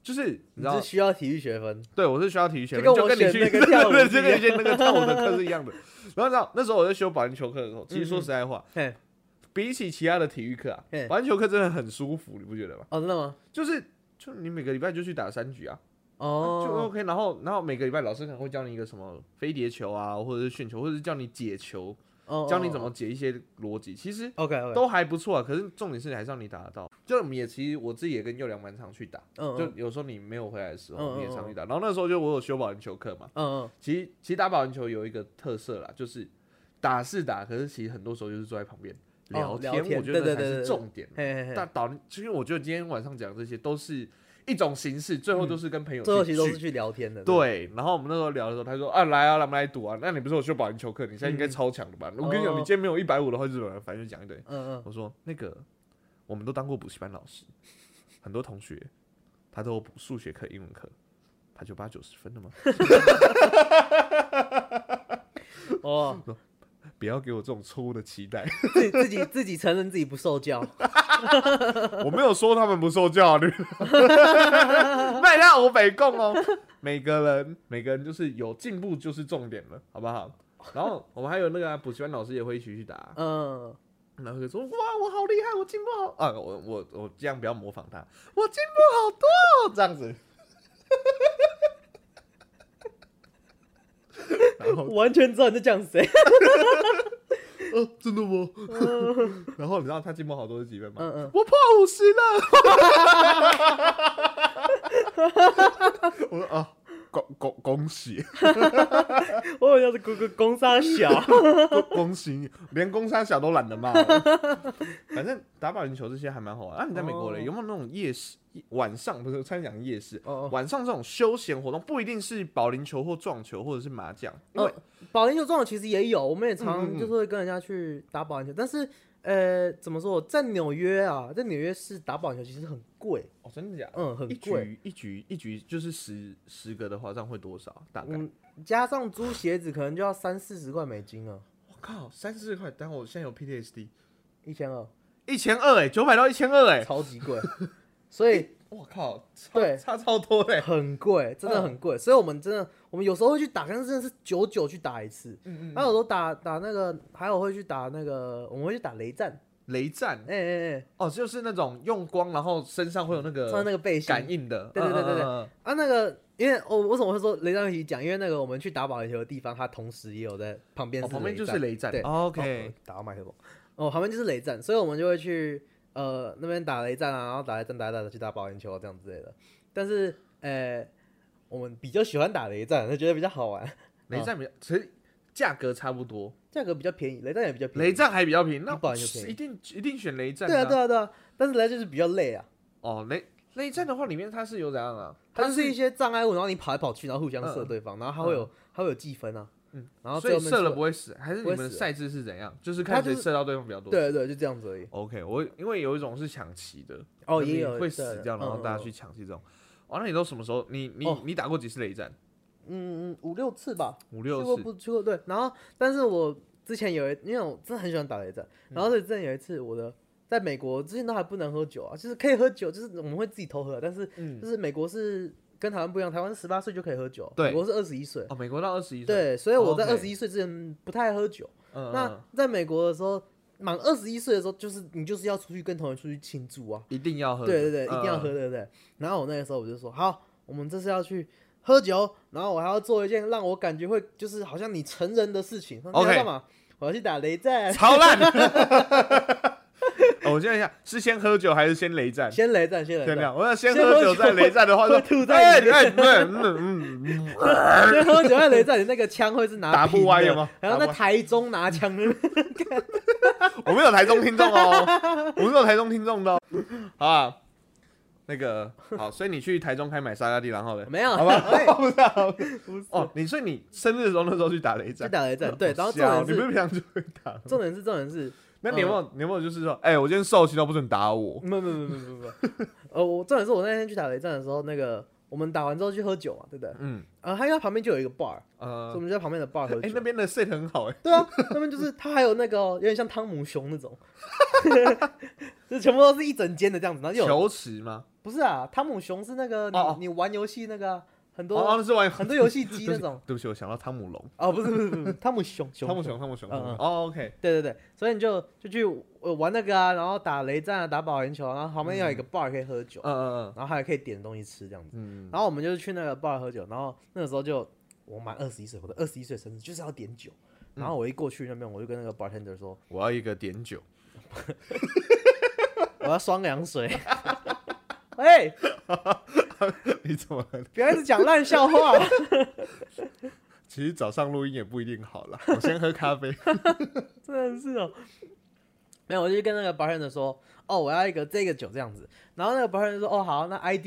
Speaker 3: 就是你
Speaker 2: 你
Speaker 3: 知道
Speaker 2: 是，需要体育学分。 [laughs]
Speaker 3: 对我是需要体育学
Speaker 2: 就跟
Speaker 3: 分，就
Speaker 2: 我
Speaker 3: 跟你
Speaker 2: 选
Speaker 3: 去
Speaker 2: 那个跳舞
Speaker 3: [laughs]
Speaker 2: 一
Speaker 3: 对就跟你
Speaker 2: 样
Speaker 3: 去那个跳舞的课是一
Speaker 2: [laughs]
Speaker 3: 样的。然后你知道那时候我在修保龄球课的时候，其实说实在话，
Speaker 2: 嘿，
Speaker 3: 比起其他的体育课啊
Speaker 2: 嘿，
Speaker 3: 保龄球课真的很舒服，你不觉得吗？
Speaker 2: 哦，真的吗？
Speaker 3: 就是就你每个礼拜就去打三局啊，就
Speaker 2: 哦，
Speaker 3: OK。然后然后每个礼拜老师可能会教你一个什么飞碟球啊，或者是旋球，或者是教你解球，
Speaker 2: 哦
Speaker 3: 教你怎么解一些逻辑，其实
Speaker 2: OK OK，
Speaker 3: 都还不错啊。可是重点是还是让你打得到。就我们也其实我自己也跟佑良蛮常去打，
Speaker 2: 嗯
Speaker 3: 就有时候你没有回来的时
Speaker 2: 嗯嗯
Speaker 3: 候，你也常去打。然后那时候就我有修保龄球课嘛，
Speaker 2: 嗯
Speaker 3: 其实其实打保龄球有一个特色啦，就是打是打，可是其实很多时候就是坐在旁边
Speaker 2: 哦
Speaker 3: 天，
Speaker 2: 聊天
Speaker 3: 我觉得
Speaker 2: 对对
Speaker 3: 那才
Speaker 2: 对对
Speaker 3: 是
Speaker 2: 对
Speaker 3: 重点
Speaker 2: 嗯，。嘿嘿
Speaker 3: 但
Speaker 2: 嘿，
Speaker 3: 导，其实我觉得今天晚上讲的这些都是一种形式，最后都是跟朋友
Speaker 2: 嗯最后其
Speaker 3: 去
Speaker 2: 实都
Speaker 3: 聚
Speaker 2: 是去聊天的。
Speaker 3: 对，然后我们那时候聊的时候，他说啊，来啊，来我们来赌啊。那你不是有修保龄球课，你现在应该超强的吧？我跟你讲，
Speaker 2: 嗯哦
Speaker 3: 你今天没有一百五的话，日本人反正就讲一堆。
Speaker 2: 嗯，嗯
Speaker 3: 我说那个，我们都当过补习班老师，很多同学他都有补数学课、英文课，他就八九十分的嘛。
Speaker 2: 嗯，哦，
Speaker 3: 不要给我这种错误的期待。
Speaker 2: [laughs]
Speaker 3: [laughs]
Speaker 2: 自己自己自己承认自己不受教，
Speaker 3: 我没有说他们不受教育， [laughs] 麦当我北共哦。每个人每个人就是有进步就是重点了，好不好？然后我们还有那个啊补习班老师也会一起去打，
Speaker 2: 嗯，
Speaker 3: 然后就说哇我好厉害，我进步好啊，我我我这样不要模仿他，我进步好多哦这样子。然后
Speaker 2: 我 [laughs] 完全知道你在讲谁，
Speaker 3: 呃，真的吗？ [laughs] 然后你知道他进步好多是几分吗？
Speaker 2: 嗯嗯
Speaker 3: 我破五十了。 [laughs] 我说啊，恭恭恭喜，
Speaker 2: [laughs]
Speaker 3: [laughs]
Speaker 2: 我以为是哥哥攻杀小，
Speaker 3: 恭恭喜你，连攻山小都懒得
Speaker 2: [laughs]
Speaker 3: 骂了。反正打保龄球这些还蛮好玩。啊，你在美国嘞，
Speaker 2: 哦
Speaker 3: 有没有那种夜市晚上不是参讲夜市？
Speaker 2: 哦
Speaker 3: 晚上这种休闲活动不一定是保龄球或撞球或者是麻将，因为
Speaker 2: 哦， [laughs] 保龄球这种其实也有，我们也常
Speaker 3: 嗯嗯嗯
Speaker 2: 常就是会跟人家去打保龄球，但是呃，怎么说，在纽约啊，在纽约市打保龄球其实很贵，
Speaker 3: 哦，真的假的？
Speaker 2: 嗯，很
Speaker 3: 一
Speaker 2: 贵，
Speaker 3: 局一局一局就是十十个的话，这样会多少？大概？
Speaker 2: 嗯，加上租鞋子可能就要三四十块美金啊，
Speaker 3: 我靠，三四十块，但我现在有 PTSD，
Speaker 2: 一千二，
Speaker 3: 一千二哎，九百到一千二哎，
Speaker 2: 超级贵，所以
Speaker 3: 我靠，差
Speaker 2: 对
Speaker 3: 差超多哎，
Speaker 2: 很贵，真的很贵，所以我们真的，我们有时候会去打，但是真的是久久去打一次。
Speaker 3: 嗯
Speaker 2: 还有时候打打那个，还有会去打那个，我们会去打雷战，
Speaker 3: 雷战
Speaker 2: 哎哎
Speaker 3: 哦，就是那种用光，然后身上会有那
Speaker 2: 哎，穿那
Speaker 3: 个
Speaker 2: 个背心
Speaker 3: 呃感应的，
Speaker 2: 对对对对对
Speaker 3: 嗯嗯嗯
Speaker 2: 啊，那个，因为我为什么会说雷战一起讲？因为那个我们去打保龄球的地方，它同时也有在旁边
Speaker 3: 嗯
Speaker 2: 是
Speaker 3: 哦，
Speaker 2: 雷战、
Speaker 3: 旁边就是雷战
Speaker 2: 对
Speaker 3: ，OK，
Speaker 2: 哦打到麦克风，哦，旁边就是雷战，所以我们就会去呃那边打雷战啊，然后打雷战打一打去打保龄球啊这样之类的。但是呃，我们比较喜欢打雷战，就觉得比较好玩，
Speaker 3: 雷战比
Speaker 2: 哦
Speaker 3: 较，其实价格差不多，
Speaker 2: 价格比较便宜，雷战也比较便宜。
Speaker 3: 雷战还比较平，那
Speaker 2: 一百就便宜
Speaker 3: 一定一定选雷战，
Speaker 2: 对啊对，啊对啊，但是雷战就是比较累啊，
Speaker 3: 哦雷雷战的话里面它是有怎样啊？
Speaker 2: 它
Speaker 3: 是
Speaker 2: 是一些障碍物，然后你跑来跑去，然后互相射
Speaker 3: 嗯
Speaker 2: 对方，然后它会有它会有积分啊，
Speaker 3: 嗯
Speaker 2: 然后
Speaker 3: 所
Speaker 2: 最
Speaker 3: 以
Speaker 2: 后面
Speaker 3: 射了
Speaker 2: 出
Speaker 3: 不会死，还是你们
Speaker 2: 不
Speaker 3: 的
Speaker 2: 会死啊
Speaker 3: 赛制是怎样？就是
Speaker 2: 它
Speaker 3: 看
Speaker 2: 就
Speaker 3: 谁
Speaker 2: 是
Speaker 3: 射到对方比较多。
Speaker 2: 对对，就这样子而已。
Speaker 3: OK，我因为有一种是抢旗的，
Speaker 2: 哦，
Speaker 3: 就是
Speaker 2: 也有
Speaker 3: 会
Speaker 2: 对
Speaker 3: 死掉，
Speaker 2: 嗯
Speaker 3: 然后
Speaker 2: 嗯
Speaker 3: 大
Speaker 2: 嗯
Speaker 3: 家去抢这种。哦，那你都什么时候？你你
Speaker 2: 哦
Speaker 3: 你打过几次雷战？
Speaker 2: 嗯嗯五六次吧，
Speaker 3: 五
Speaker 2: 去过
Speaker 3: 六次。
Speaker 2: 不去过对。然后，但是我之前有一，因为我真的很喜欢打雷战，
Speaker 3: 嗯
Speaker 2: 然后所以之前有一次我的。在美国之前都还不能喝酒啊，就是可以喝酒，就是我们会自己偷喝，啊但是
Speaker 3: 嗯
Speaker 2: 就是美国是跟台湾不一样，台湾是十八岁就可以喝酒，啊
Speaker 3: 对
Speaker 2: 美国是二十一岁，
Speaker 3: 哦，美国到二十一岁。
Speaker 2: 对，所以我在
Speaker 3: 哦
Speaker 2: 二
Speaker 3: ，OK
Speaker 2: 十一岁之前不太喝酒，
Speaker 3: 嗯，嗯，
Speaker 2: 那
Speaker 3: 嗯
Speaker 2: 在美国的时候，满二十一岁的时候，就是你就是要出去跟同学出去庆祝啊，
Speaker 3: 一定要喝。
Speaker 2: 对对对，一定要
Speaker 3: 嗯
Speaker 2: 喝，。对不对？然后我那个时候我就说，好，我们这次要去喝酒，然后我还要做一件让我感觉会就是好像你成人的事情。那你要
Speaker 3: OK
Speaker 2: 干嘛？我要去打雷战，
Speaker 3: [laughs] 超烂。 [laughs] 哦我现在想是先喝酒还是先雷战？
Speaker 2: 先雷战，先雷
Speaker 3: 先
Speaker 2: 战，
Speaker 3: 聊。我要先
Speaker 2: 先
Speaker 3: 喝
Speaker 2: 喝
Speaker 3: 酒
Speaker 2: 酒
Speaker 3: 再雷战的话，
Speaker 2: 会
Speaker 3: 说
Speaker 2: 吐在
Speaker 3: 哎
Speaker 2: 里面
Speaker 3: 哎对，嗯嗯嗯，
Speaker 2: 先喝酒再雷战，你那个枪会是拿
Speaker 3: 打不
Speaker 2: 平的
Speaker 3: 歪有吗
Speaker 2: 然后
Speaker 3: 打
Speaker 2: 在
Speaker 3: 不歪
Speaker 2: 台中拿枪的，
Speaker 3: 嗯我们有台中听众哦，我们有台中听众的哦，好啊。那个好，所以你去台中开买沙拉蒂，然后呢？
Speaker 2: 没有
Speaker 3: [laughs] 好吧，
Speaker 2: [laughs] 哎
Speaker 3: 不是啊
Speaker 2: 不是
Speaker 3: [laughs] 哦，你所以你生日的时候那时候去打雷
Speaker 2: 去
Speaker 3: 战，
Speaker 2: 打雷战，对。然后重
Speaker 3: 吓哦
Speaker 2: 点
Speaker 3: 你不是
Speaker 2: 是，
Speaker 3: 平常就会打吗？
Speaker 2: 重点是，重点是，
Speaker 3: 那你有没有你有没有就是说，哎，我今天受气到不准打我？
Speaker 2: 没有没有没有没有没有没有， [laughs] 呃，我重点是我那天去打雷战的时候，那个我们打完之后去喝酒嘛，对不对？
Speaker 3: 嗯
Speaker 2: 啊，他因为它旁边就有一个 bar，所以我
Speaker 3: 呃，
Speaker 2: 们就在旁边的 bar 喝酒。
Speaker 3: 哎，那边的 set 很好哎，
Speaker 2: 对啊，那边就是它还有那个哦、有点像汤姆熊那种， [laughs] 就是全部都是一整间的这样子，然后有
Speaker 3: 球池吗？
Speaker 2: 不是啊，汤姆熊是那个你、
Speaker 3: 哦哦
Speaker 2: 你玩游戏那个啊很多、
Speaker 3: 哦，那是玩
Speaker 2: 很多游戏机那种
Speaker 3: 对不起，我想到汤姆龙，
Speaker 2: 哦，不是不是不是汤姆熊熊
Speaker 3: 汤姆熊，汤姆熊，
Speaker 2: 嗯
Speaker 3: 汤姆
Speaker 2: 嗯
Speaker 3: 熊哦，OK，
Speaker 2: 对对对，所以你就就去呃玩那个啊，然后打雷战啊，打保龄球啊，然后旁边有一个 bar 可以喝酒，
Speaker 3: 嗯嗯
Speaker 2: 然后还可以点东西吃这样子。
Speaker 3: 嗯嗯，
Speaker 2: 然后我们就去那个 bar 喝酒，然后那个时候就我满二十一岁，我的二十一岁生日就是要点酒。然后我一过去那边，我就跟那个 bartender 说，
Speaker 3: 我要一个点酒，
Speaker 2: 我要双凉水。 [laughs] 哎、
Speaker 3: [laughs] 你怎么了？
Speaker 2: 不要一直讲烂笑话。
Speaker 3: 其实早上录音也不一定好 [laughs] 啦，我先喝咖啡。
Speaker 2: [laughs] 真的是哦。没有，我就跟那个 bartender 说，哦，我要一个这个酒这样子。然后那个 bartender 说，哦，好，那 ID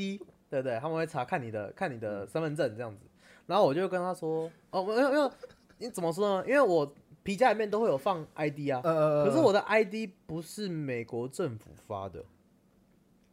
Speaker 2: 对不对？他们会查看你的看你的身份证这样子。然后我就跟他说，哦，没有没有，你怎么说呢？因为我皮夹里面都会有放 ID 啊，
Speaker 3: 呃
Speaker 2: 可是我的 ID 不是美国政府发的，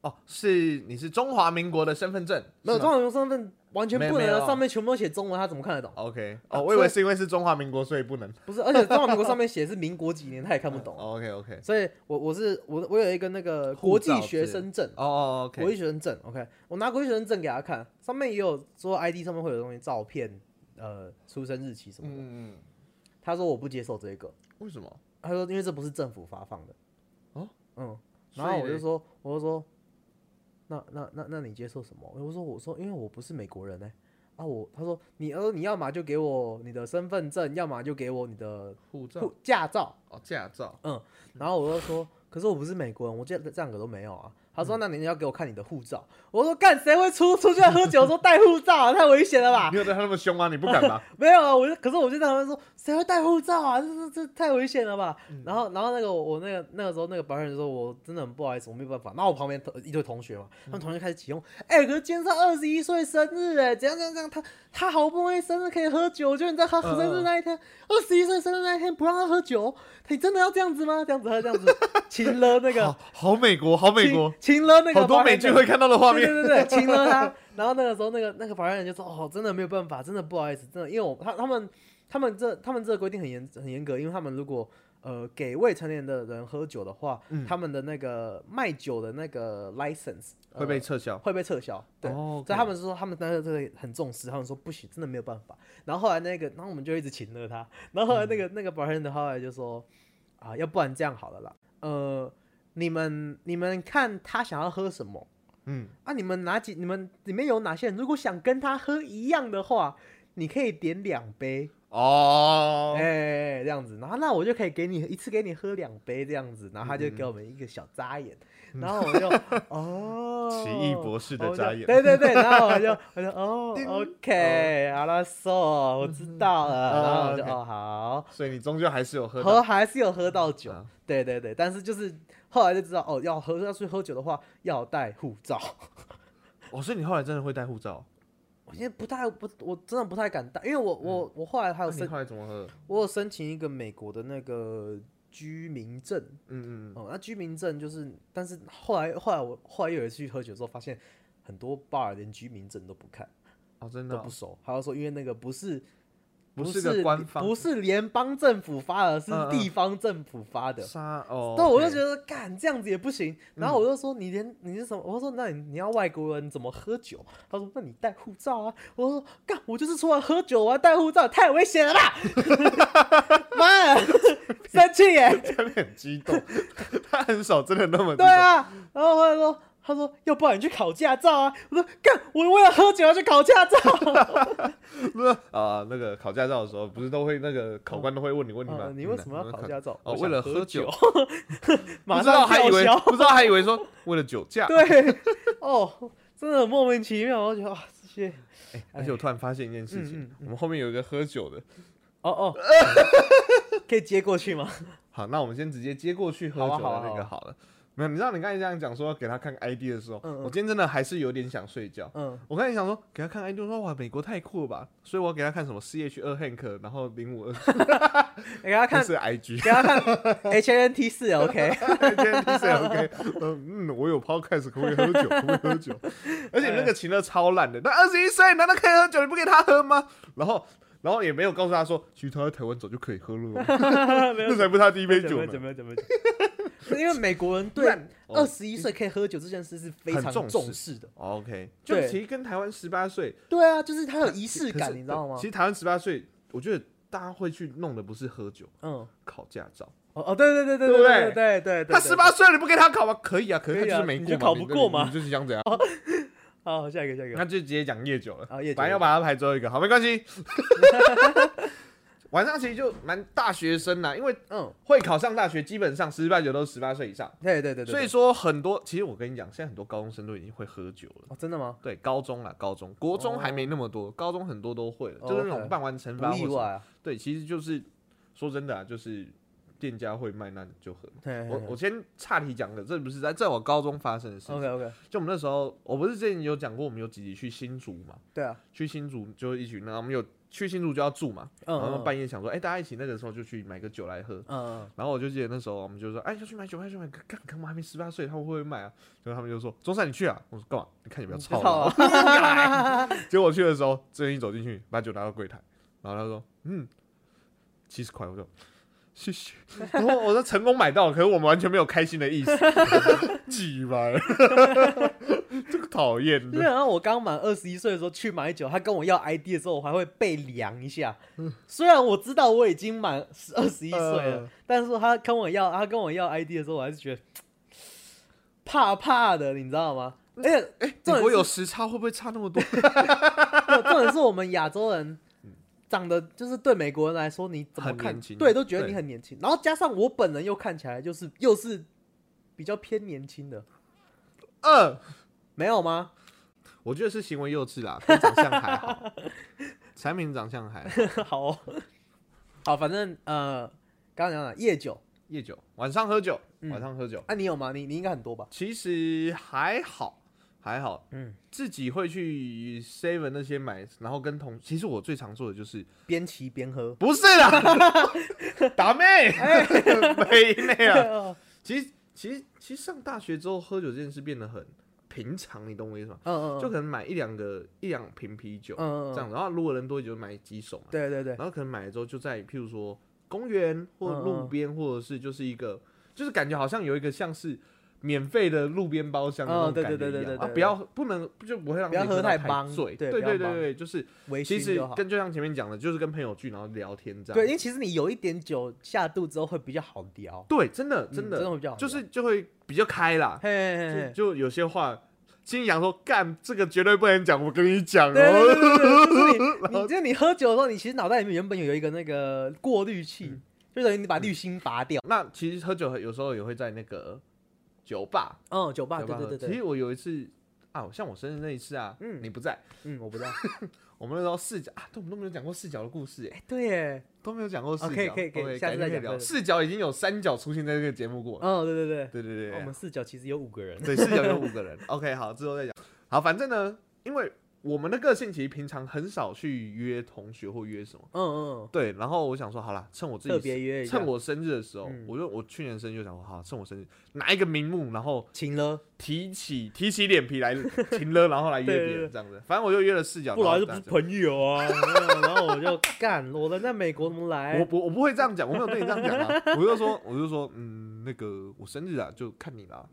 Speaker 3: 哦，是你是中华民国的身份证，
Speaker 2: 没有
Speaker 3: 是吗
Speaker 2: 中华民国身份，完全
Speaker 3: 没
Speaker 2: 不能
Speaker 3: 没有
Speaker 2: 啊！
Speaker 3: 啊
Speaker 2: 上面全部都写中文，他怎么看得懂？
Speaker 3: OK，
Speaker 2: 啊
Speaker 3: 哦，我以为是因为是中华民国，所以不能。
Speaker 2: 不是，
Speaker 3: [laughs]
Speaker 2: 而且中华民国上面写是民国几年，他也看不懂。
Speaker 3: OK 哦 OK，
Speaker 2: 所以我我是我我有一个那个国
Speaker 3: 护照
Speaker 2: 际学生证，
Speaker 3: 哦哦，OK，
Speaker 2: 国际学生证，OK，我拿国际学生证给他看，上面也有说 ID 上面会有东西，照片、呃出生日期什么的。
Speaker 3: 嗯嗯，
Speaker 2: 他说我不接受这个，
Speaker 3: 为什么？
Speaker 2: 他说因为这不是政府发放的。
Speaker 3: 哦，
Speaker 2: 嗯，
Speaker 3: 所
Speaker 2: 然
Speaker 3: 以
Speaker 2: 后我就
Speaker 3: 嘞
Speaker 2: 说，我就说，那那那那你接受什么？我说我说因为我不是美国人呢、啊我他说你呃你要么就给我你的身份证，要么就给我你的
Speaker 3: 护
Speaker 2: 护驾照。
Speaker 3: 哦，驾照。
Speaker 2: 然后我就说，可是我不是美国人，我这这两个都没有啊。他
Speaker 3: 嗯
Speaker 2: 说，那你要给我看你的护照。我说，干谁会出出去喝酒的时候带护照、啊？太危险了吧？
Speaker 3: 你有对他那么凶吗？你不敢吧？
Speaker 2: 没有啊，我就可是我就在旁边说，谁会带护照啊？这这这太危险了吧？
Speaker 3: 嗯
Speaker 2: 然后然后那个我我那个那个时候那个保险人说，我真的很不好意思，我没有办法。然后我旁边同一堆同学嘛，他
Speaker 3: 嗯
Speaker 2: 们同学开始起哄，哎、可是今天是二十一岁生日哎、怎样怎样怎样，他他好不容易生日可以喝酒，就你在他
Speaker 3: 嗯嗯
Speaker 2: 生日那一天，二十一岁生日那一天不让他喝酒，你真的要这样子吗？这样子他这样
Speaker 3: [laughs]
Speaker 2: 子亲了那个
Speaker 3: 好。好美国，好美
Speaker 2: 亲
Speaker 3: 国，
Speaker 2: 亲了那个
Speaker 3: 好多美剧
Speaker 2: 剧
Speaker 3: 会看到的画
Speaker 2: 对
Speaker 3: 面。[laughs]
Speaker 2: 对对，对亲了他。然后那个时候，那个那个法院就说：“哦，真的没有办法，真的不好意思，真的，因为我他他们他们这他们这个规定很严很严格，因为他们如果呃给未成年的人喝酒的话，
Speaker 3: 嗯
Speaker 2: 他们的那个卖酒的那个 license、呃
Speaker 3: 会被撤销。
Speaker 2: 会被撤销。对，
Speaker 3: 哦
Speaker 2: 所以他们说他们当时这个很重视，他们说不行，真的没有办法。然后后来那个，然后我们就一直请了他，然后后来那个、那个保险的后来就说啊，要不然这样好了啦，呃，你们你们看他想要喝什么。
Speaker 3: 嗯，
Speaker 2: 啊，你们哪几？你们里面有哪些人？如果想跟他喝一样的话，你可以点两杯，哎、
Speaker 3: 哦，
Speaker 2: 这样子。然后那我就可以给你一次给你喝两杯这样
Speaker 3: 嗯
Speaker 2: 子。然后他就给我们一个小眨眼，然后
Speaker 3: [laughs]
Speaker 2: 我就哦，
Speaker 3: 奇异博士的
Speaker 2: 我就
Speaker 3: 眨眼
Speaker 2: 对对对。然后我就我
Speaker 3: [laughs]
Speaker 2: 就哦，OK，阿拉索，我知道了。
Speaker 3: 哦
Speaker 2: 然后我就
Speaker 3: OK
Speaker 2: 哦好。
Speaker 3: 所以你终究还是有喝
Speaker 2: 喝
Speaker 3: 到。
Speaker 2: 还是有喝到酒，
Speaker 3: 啊
Speaker 2: 对对对，但是就是后来就知道哦，要喝要去喝酒的话要带护照。
Speaker 3: 哦，所以你后来真的会带护照？
Speaker 2: 我现在不太不，我真的不太敢带，因为我我、我后来还
Speaker 3: 嗯那
Speaker 2: 有
Speaker 3: 你
Speaker 2: 申，
Speaker 3: 后来怎么喝？
Speaker 2: 我有申请一个美国的那个居民证，
Speaker 3: 嗯嗯嗯，
Speaker 2: 哦、那居民证就是，但是后来后来我后来又有一次去喝酒之后，发现很多 bar 连居民证都不看，
Speaker 3: 哦，真的
Speaker 2: 都
Speaker 3: 哦
Speaker 2: 不熟，还要说因为那个不是
Speaker 3: 不
Speaker 2: 不
Speaker 3: 是个官方
Speaker 2: 不是联邦政府发的，是
Speaker 3: 嗯嗯
Speaker 2: 地方政府发的。
Speaker 3: 杀哦。嗯
Speaker 2: 对，我就
Speaker 3: OK
Speaker 2: 觉得干这样子也不行，然后我就说你连你是什么？我说那你你要外国人怎么喝酒？他说那你带护照啊。我说干，我就是出来喝酒，我要带护照，太危险了吧！ [laughs] 妈，
Speaker 3: [laughs]
Speaker 2: 生气耶！
Speaker 3: 他们很激动，他很少真的那么激
Speaker 2: 对
Speaker 3: 动。
Speaker 2: 啊，然后后来说他说要不然你去考驾照啊。我说干，我为了喝酒要去考驾照。
Speaker 3: 不是 [laughs] 啊，那个考驾照的时候，不是都会那个考官都会问你问题吗
Speaker 2: [laughs] 啊？你为什么要考驾照？
Speaker 3: 哦
Speaker 2: 我想
Speaker 3: 为了喝
Speaker 2: 喝
Speaker 3: 酒，
Speaker 2: 马
Speaker 3: [laughs] 不知道
Speaker 2: 上
Speaker 3: 还以
Speaker 2: 吊
Speaker 3: 为
Speaker 2: 销。 [laughs]
Speaker 3: 不知道还以为说为了酒驾。
Speaker 2: 对，哦，真的很莫名其妙，我觉得啊这些。
Speaker 3: 哎而且我突然发现一件事
Speaker 2: 嗯嗯
Speaker 3: 情，我们后面有一个喝酒的。
Speaker 2: 哦
Speaker 3: [laughs]
Speaker 2: 哦，可以接过去吗？
Speaker 3: 好，那我们先直接接过去喝
Speaker 2: 好啊
Speaker 3: 酒
Speaker 2: 好啊
Speaker 3: 的那
Speaker 2: 好啊
Speaker 3: 个好了。没有，你知道你刚才这样讲说给他看 ID 的时候，
Speaker 2: 嗯嗯
Speaker 3: 我今天真的还是有点想睡觉。
Speaker 2: 嗯，
Speaker 3: 我刚才想说给他看 ID，我说哇美国太酷了吧，所以我给他看什么 CH 二 Hank，然后零五二
Speaker 2: 给他看，
Speaker 3: 嗯是
Speaker 2: [laughs]
Speaker 3: [laughs] IG，
Speaker 2: 给他看 H N T 四啊
Speaker 3: [laughs]
Speaker 2: OK，
Speaker 3: 今天 DJ OK，嗯嗯，我有 podcast 可不可以喝酒？可不可以喝酒？而且那个情乐超烂的，那二十一岁难道可以喝酒？你不给他喝吗？然后，然后也没有告诉他说，其实他在台湾早就可以喝了哦，
Speaker 2: [laughs] 没
Speaker 3: 那才不是他第一杯酒
Speaker 2: 怎
Speaker 3: 呢。
Speaker 2: 么怎么，因为美国人对
Speaker 3: 烂哦
Speaker 2: 二十一岁可以喝酒这件事是非常
Speaker 3: 很重视
Speaker 2: 重视的。
Speaker 3: OK，就
Speaker 2: 对
Speaker 3: 其实跟台湾十八岁
Speaker 2: 对啊，就是他有仪
Speaker 3: 其
Speaker 2: 式
Speaker 3: 可
Speaker 2: 感，
Speaker 3: 是
Speaker 2: 你知道
Speaker 3: 对
Speaker 2: 吗
Speaker 3: 其？实台湾十八岁，我觉得大家会去弄的不是喝酒，
Speaker 2: 嗯，
Speaker 3: 考驾照。
Speaker 2: 哦哦，对对对对
Speaker 3: 对不
Speaker 2: 对对
Speaker 3: 对
Speaker 2: 对对，
Speaker 3: 他
Speaker 2: 对
Speaker 3: 十。八岁了，你不给他考吗？可以啊，可
Speaker 2: 可
Speaker 3: 是他
Speaker 2: 以
Speaker 3: 就
Speaker 2: 啊
Speaker 3: 是没
Speaker 2: 你
Speaker 3: 过
Speaker 2: 就考不过嘛
Speaker 3: 你就是想怎样？
Speaker 2: 好，下一个下一
Speaker 3: 那
Speaker 2: 个，
Speaker 3: 就直接讲夜酒了。
Speaker 2: 啊夜酒
Speaker 3: 反正要把它排最后一个，好，没关系。 [laughs] 晚上其实就蛮大学生啦，因为
Speaker 2: 嗯，
Speaker 3: 会考上大学，基本上十八九都是十八岁以上，
Speaker 2: 对对对对，
Speaker 3: 所以
Speaker 2: 对
Speaker 3: 说很多，其实我跟你讲，现在很多高中生都已经会喝酒了。
Speaker 2: 哦，真的吗？
Speaker 3: 对，高中啦，高中、国中
Speaker 2: 哦
Speaker 3: 还没那么多，高中很多都会了，
Speaker 2: 哦
Speaker 3: 就是那
Speaker 2: OK
Speaker 3: 种办完惩罚
Speaker 2: 不
Speaker 3: 或
Speaker 2: 意
Speaker 3: 什么。
Speaker 2: 外啊，
Speaker 3: 对，其实就是说真的啊，就是店家会卖，那你就喝。
Speaker 2: 对
Speaker 3: 我我先岔题讲的，这不是在在我高中发生的事情。
Speaker 2: OK OK，
Speaker 3: 就我们那时候，我不是之前有讲过，我们有几集去新竹嘛？
Speaker 2: 对啊，
Speaker 3: 去新竹就一群，然后我们有去新竹就要住嘛，
Speaker 2: 嗯
Speaker 3: 然后
Speaker 2: 嗯
Speaker 3: 半夜想说，哎、大家一起那个时候就去买个酒来喝。
Speaker 2: 嗯，
Speaker 3: 然后我就记得那时候我们就说，哎，要去买酒，要去买，干干嘛还没十八岁，他们会不会买啊？然后他们就说，中山你去啊，我说干嘛？你看你不要吵
Speaker 2: 啊
Speaker 3: 了。结果我去的时候，志远一走进去，把酒拿到柜台，然后他说：“嗯，七十块。”我说：“谢谢。”
Speaker 2: [laughs]
Speaker 3: 然后我说：“成功买到了，可是我们完全没有开心的意思，几百， [laughs] 这个讨
Speaker 2: [laughs]
Speaker 3: 厌
Speaker 2: 就
Speaker 3: 的。
Speaker 2: 啊然后我刚满二十一岁的时候去买酒，他跟我要 ID 的时候，我还会被量一下。虽然我知道我已经满二十一岁了
Speaker 3: 嗯，
Speaker 2: 但是他跟我要他跟我要 ID 的时候，我还是觉得怕怕的，你知道吗？而且重
Speaker 3: 我
Speaker 2: 点
Speaker 3: 有时差会不会差那么 [laughs] 多？
Speaker 2: 没有重点是我们亚洲人长得就是对美国人来说，你怎么
Speaker 3: 很
Speaker 2: 看
Speaker 3: 年？轻
Speaker 2: 对，都觉得
Speaker 3: 对
Speaker 2: 你很年轻。然后加上我本人又看起来就是又是比较偏年轻的，
Speaker 3: 嗯，
Speaker 2: 没有吗？ [laughs]
Speaker 3: 我觉得是行为幼稚啦，跟长相还好，产品长相还好。
Speaker 2: 好、哦，好，反正呃，刚刚讲了夜酒，
Speaker 3: 夜酒，晚上喝酒，
Speaker 2: 嗯
Speaker 3: 晚上喝酒，
Speaker 2: 啊，你有吗？你你应该很多吧？
Speaker 3: 其实还好，还好。
Speaker 2: 嗯，
Speaker 3: 自己会去 Seven 那些买，然后跟同。其实我最常做的就是，。
Speaker 2: 边骑边喝
Speaker 3: 不是
Speaker 2: [laughs]
Speaker 3: 啦，打妹，
Speaker 2: 哎
Speaker 3: [laughs] 没那样。
Speaker 2: 嗯
Speaker 3: 其实，其实，其实上大学之后喝酒这件事变得很平常，你懂我意思吗？
Speaker 2: 嗯，嗯
Speaker 3: 就可能买一两个一两瓶啤酒，
Speaker 2: 嗯嗯嗯
Speaker 3: 这样，然后如果人多也就买几手嘛，
Speaker 2: 对对对，
Speaker 3: 然后可能买了之后就在譬如说公园
Speaker 2: 嗯
Speaker 3: 或路边，或者是就是一个，就是感觉好像有一个像是。免费的路边包厢的那
Speaker 2: 哦
Speaker 3: 种
Speaker 2: 对
Speaker 3: 感觉
Speaker 2: 对
Speaker 3: 一
Speaker 2: 对对
Speaker 3: 样
Speaker 2: 对
Speaker 3: 啊！
Speaker 2: 对
Speaker 3: 不要不能就不会让
Speaker 2: 不要
Speaker 3: 自己
Speaker 2: 喝
Speaker 3: 到
Speaker 2: 太
Speaker 3: 太
Speaker 2: 帮
Speaker 3: 醉，
Speaker 2: 对
Speaker 3: 对
Speaker 2: 不要
Speaker 3: 对对
Speaker 2: 帮
Speaker 3: 对，就是
Speaker 2: 微
Speaker 3: 其
Speaker 2: 醺
Speaker 3: 实
Speaker 2: 就好。
Speaker 3: 跟就像前面讲的，就是跟朋友聚，然后聊天这样。
Speaker 2: 对，因为其实你有一点酒下肚之后会比较好聊，
Speaker 3: 对，真的
Speaker 2: 嗯
Speaker 3: 真
Speaker 2: 真的
Speaker 3: 的、
Speaker 2: 会比较好聊。
Speaker 3: 就是就会比较开啦，
Speaker 2: 嘿嘿嘿
Speaker 3: 就，就有些话。心想说：“干，这个绝对不能讲，我跟你讲
Speaker 2: 对对
Speaker 3: 哦。
Speaker 2: 对对，就是你，你就是你喝酒的时候，你其实脑袋里面原本有一个那个过滤器，就等于你把滤芯拔掉。”
Speaker 3: 那其实喝酒有时候也会在那个酒吧，
Speaker 2: 嗯，酒吧，
Speaker 3: 酒
Speaker 2: 对
Speaker 3: 吧喝
Speaker 2: 对对
Speaker 3: 其
Speaker 2: 对，
Speaker 3: 实我有一次啊，像我生日那一次啊，
Speaker 2: 嗯
Speaker 3: 你不在，
Speaker 2: 嗯，我不知道。
Speaker 3: 我们那时候视角啊，都我们都没有讲过视角的故事，哎，
Speaker 2: 哎，对耶，
Speaker 3: 都没有讲过视角，
Speaker 2: 哦可以可以可以
Speaker 3: OK，
Speaker 2: 下次再
Speaker 3: 改天
Speaker 2: 讲
Speaker 3: 可聊。
Speaker 2: 对对
Speaker 3: 视角已经有三角出现在这个节目过了，
Speaker 2: 嗯，对对对。
Speaker 3: [laughs] 对对对
Speaker 2: 我
Speaker 3: 对，
Speaker 2: 们四角其实有五个人，
Speaker 3: 对，视角有五个人。OK，好，之后再讲。好，反正呢，因为我们的个性其实平常很少去约同学或约什么。
Speaker 2: 嗯嗯，
Speaker 3: 对，然后我想说，好啦，趁我自己
Speaker 2: 特别约一下
Speaker 3: 趁我生日的时候，
Speaker 2: 嗯
Speaker 3: 我就我去年生日就想说，好，趁我生日拿一个名目，然后
Speaker 2: 请了，
Speaker 3: 提起提起脸皮来停了，然后来约
Speaker 2: [laughs] 对对
Speaker 3: 别人
Speaker 2: 对
Speaker 3: 这样子。反正我就约了视角，
Speaker 2: 不
Speaker 3: 然
Speaker 2: 来就
Speaker 3: 后这
Speaker 2: 不
Speaker 3: 样
Speaker 2: 是
Speaker 3: 子
Speaker 2: 朋友啊。然后我
Speaker 3: [laughs]
Speaker 2: 就干，我人在美国怎么
Speaker 3: 我
Speaker 2: 来？
Speaker 3: 不我不会这样讲，我没有对你这样讲啊， [laughs] 我就说我就说嗯，那个我生日啊，就看你啦。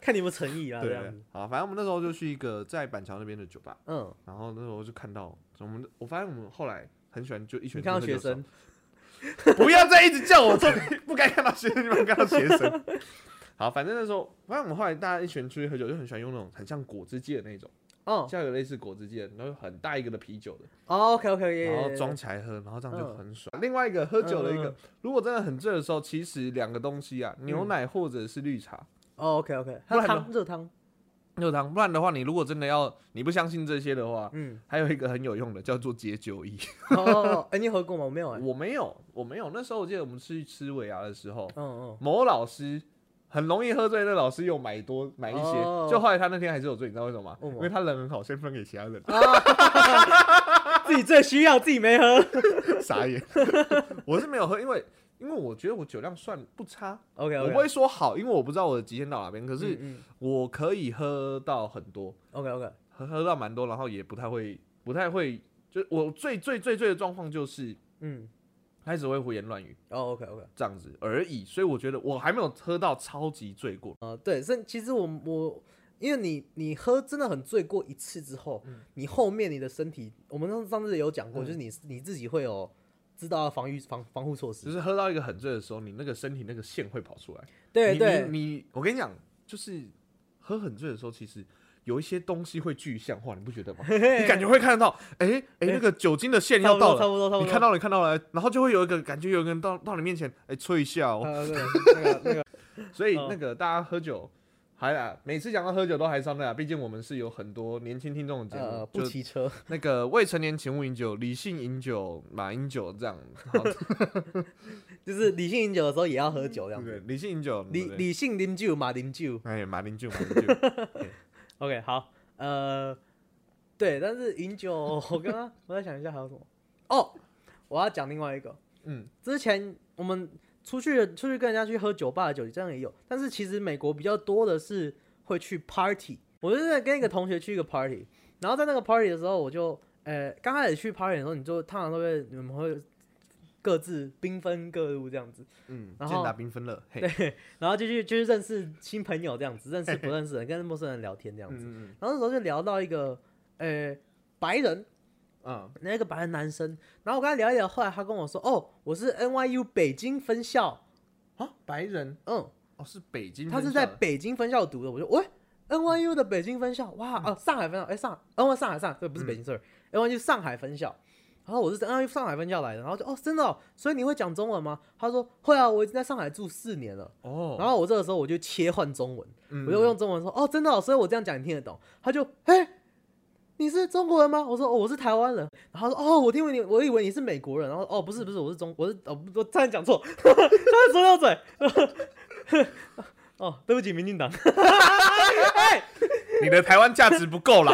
Speaker 2: 看你有没有诚意啊，这
Speaker 3: 对
Speaker 2: 样子。，
Speaker 3: 好，反正我们那时候就去一个在板桥那边的酒吧，
Speaker 2: 嗯，
Speaker 3: 然后那时候就看到我们的，我发现我们后来很喜欢就一群
Speaker 2: 你看到
Speaker 3: 真的
Speaker 2: 学
Speaker 3: 就
Speaker 2: 生，
Speaker 3: 少， [laughs] 不要再一直叫我这里不该看到学生，你们看到学生。 [laughs] 好，反正那时候，反正我们后来大家一群出去喝酒，就很喜欢用那种很像果汁机的那种，
Speaker 2: 哦
Speaker 3: 像有类似果汁机的，然后有很大一个的啤酒的，
Speaker 2: ，OK OK
Speaker 3: 然后
Speaker 2: OK，
Speaker 3: 装起来喝，然后这样就很爽。另外一个喝酒的一
Speaker 2: 嗯嗯嗯嗯
Speaker 3: 个，如果真的很醉的时候，其实两个东西啊，牛奶或者是绿茶，
Speaker 2: OK OK，还哦有
Speaker 3: 不然呢
Speaker 2: 汤热
Speaker 3: [laughs]
Speaker 2: 汤，
Speaker 3: 热汤。不然的话，你如果真的要你不相信这些的话，
Speaker 2: 嗯，
Speaker 3: 还有一个很有用的叫做解
Speaker 2: [laughs]
Speaker 3: 酒仪。
Speaker 2: 哦，哎，你喝过吗？我没有哎，
Speaker 3: 我没有，我没有。那时候我记得我们去吃尾牙的时候， [laughs]
Speaker 2: 嗯
Speaker 3: 某老师很容易喝醉，那老师又买多买一些，
Speaker 2: 哦
Speaker 3: 就后来他那天还是有醉，你知道为什么吗？
Speaker 2: 为什么哦
Speaker 3: 因为他人很好，先分给其他人，
Speaker 2: 嗯，自己最需要，自己没喝。
Speaker 3: [laughs] 傻眼。 [laughs] 我是没有喝，因为因为我觉得我酒量算不差
Speaker 2: OK
Speaker 3: 我
Speaker 2: OK，
Speaker 3: 不会说好，因为我不知道我的极限到哪边，可是
Speaker 2: 嗯
Speaker 3: 我可以喝到很多，
Speaker 2: OK OK，
Speaker 3: 喝喝到蛮多，然后也不太会不太会，就我最最最最的状况就是
Speaker 2: 嗯，
Speaker 3: 开始会胡言乱语。
Speaker 2: 哦 OK OK，
Speaker 3: 这样子而已，所以我觉得我还没有喝到超级醉过。
Speaker 2: 呃，对，所以其实我我因为你你喝真的很醉过一次之后，
Speaker 3: 嗯
Speaker 2: 你后面你的身体，我们上上次有讲过，就是你你自己会有知道防御防防护措
Speaker 3: 只
Speaker 2: 施，
Speaker 3: 是喝到一个很醉的时候，你那个身体那个线会跑出来。
Speaker 2: 对
Speaker 3: 你
Speaker 2: 对，
Speaker 3: 你你，我跟你讲，就是喝很醉的时候，其实有一些东西会具象化，你不觉得吗？
Speaker 2: [laughs]
Speaker 3: 你感觉会看得到，哎、哎、那个酒精的线
Speaker 2: 差
Speaker 3: 要
Speaker 2: 不
Speaker 3: 到
Speaker 2: 多差
Speaker 3: 了，
Speaker 2: 不多差不多，
Speaker 3: 你看到了，你看到了，然后就会有一个感觉，有一个人到到你面前，哎、吹一下哦。
Speaker 2: 呃，对那
Speaker 3: [laughs]
Speaker 2: 个那个，
Speaker 3: 所以
Speaker 2: 嗯
Speaker 3: 那个大家喝酒。还啦，每次讲到喝酒都还上那啊啦，毕竟我们是有很多年轻听众的节目，
Speaker 2: 呃，
Speaker 3: 就
Speaker 2: 不骑
Speaker 3: [laughs]
Speaker 2: 车，
Speaker 3: 那个未成年请勿饮酒，理性饮酒，马饮酒这 [laughs] 样。好，
Speaker 2: 就是理性饮酒的时候也要喝酒这样
Speaker 3: 对，
Speaker 2: 子，
Speaker 3: 理性饮酒，
Speaker 2: 理
Speaker 3: 对
Speaker 2: 理性饮酒嘛，饮酒。
Speaker 3: [laughs] 哎，马饮酒，马饮酒。
Speaker 2: OK，好，呃，对，但是饮酒，我刚刚我在想一下还有什么。哦，我要讲另外一个，
Speaker 3: 嗯，
Speaker 2: 之前我们出去出去跟人家去喝酒吧的酒，这样也有，但是其实美国比较多的是会去 party。我就是在跟一个同学去一个 party，然后在那个 party 的时候，我就呃刚开始去 party 的时候，你就通常都会你们嗯会各自兵分各路这样子，
Speaker 3: 嗯，
Speaker 2: 然
Speaker 3: 健
Speaker 2: 后
Speaker 3: 达缤纷乐，嘿，
Speaker 2: 然后就去就是认识新朋友这样子，认识不认识人，跟陌生人聊天这样
Speaker 3: 嗯
Speaker 2: 子。
Speaker 3: 嗯
Speaker 2: 然后那时候就聊到一个呃白人，
Speaker 3: 嗯
Speaker 2: 那个白人男生，然后我跟他聊一聊，后来他跟我说，哦，我是 NYU 北京分校，
Speaker 3: 嗯，啊，白人
Speaker 2: 嗯，
Speaker 3: 哦，是北京
Speaker 2: 他
Speaker 3: 分校的，
Speaker 2: 是在北京分校读的，我就喂，NYU 的北京分校，哇，哦、上海分校，哎，上，NY 上海上海，对，不是
Speaker 3: 嗯
Speaker 2: 北京，sorry，NYU 上海分校，然后我是 NYU 上海分校来的，然后就哦，真的、哦，所以你会讲中文吗？他说会啊，我已经在上海住四年了，
Speaker 3: 哦，
Speaker 2: 然后我这个时候我就切换中文，
Speaker 3: 嗯
Speaker 2: 我就用中文说：“哦，真的、哦，所以我这样讲你听得懂。”他就：“哎、你是中国人吗？”我说：“哦，我是台湾人。”然后他说：“哦，我听为你，我以为你是美国人。”然后哦，不是不是，我是中，我是哦，不我差点讲错， [laughs] 差点说到嘴。 [laughs] 哦，对不起，民进党。
Speaker 3: 你的台湾价值不够啦，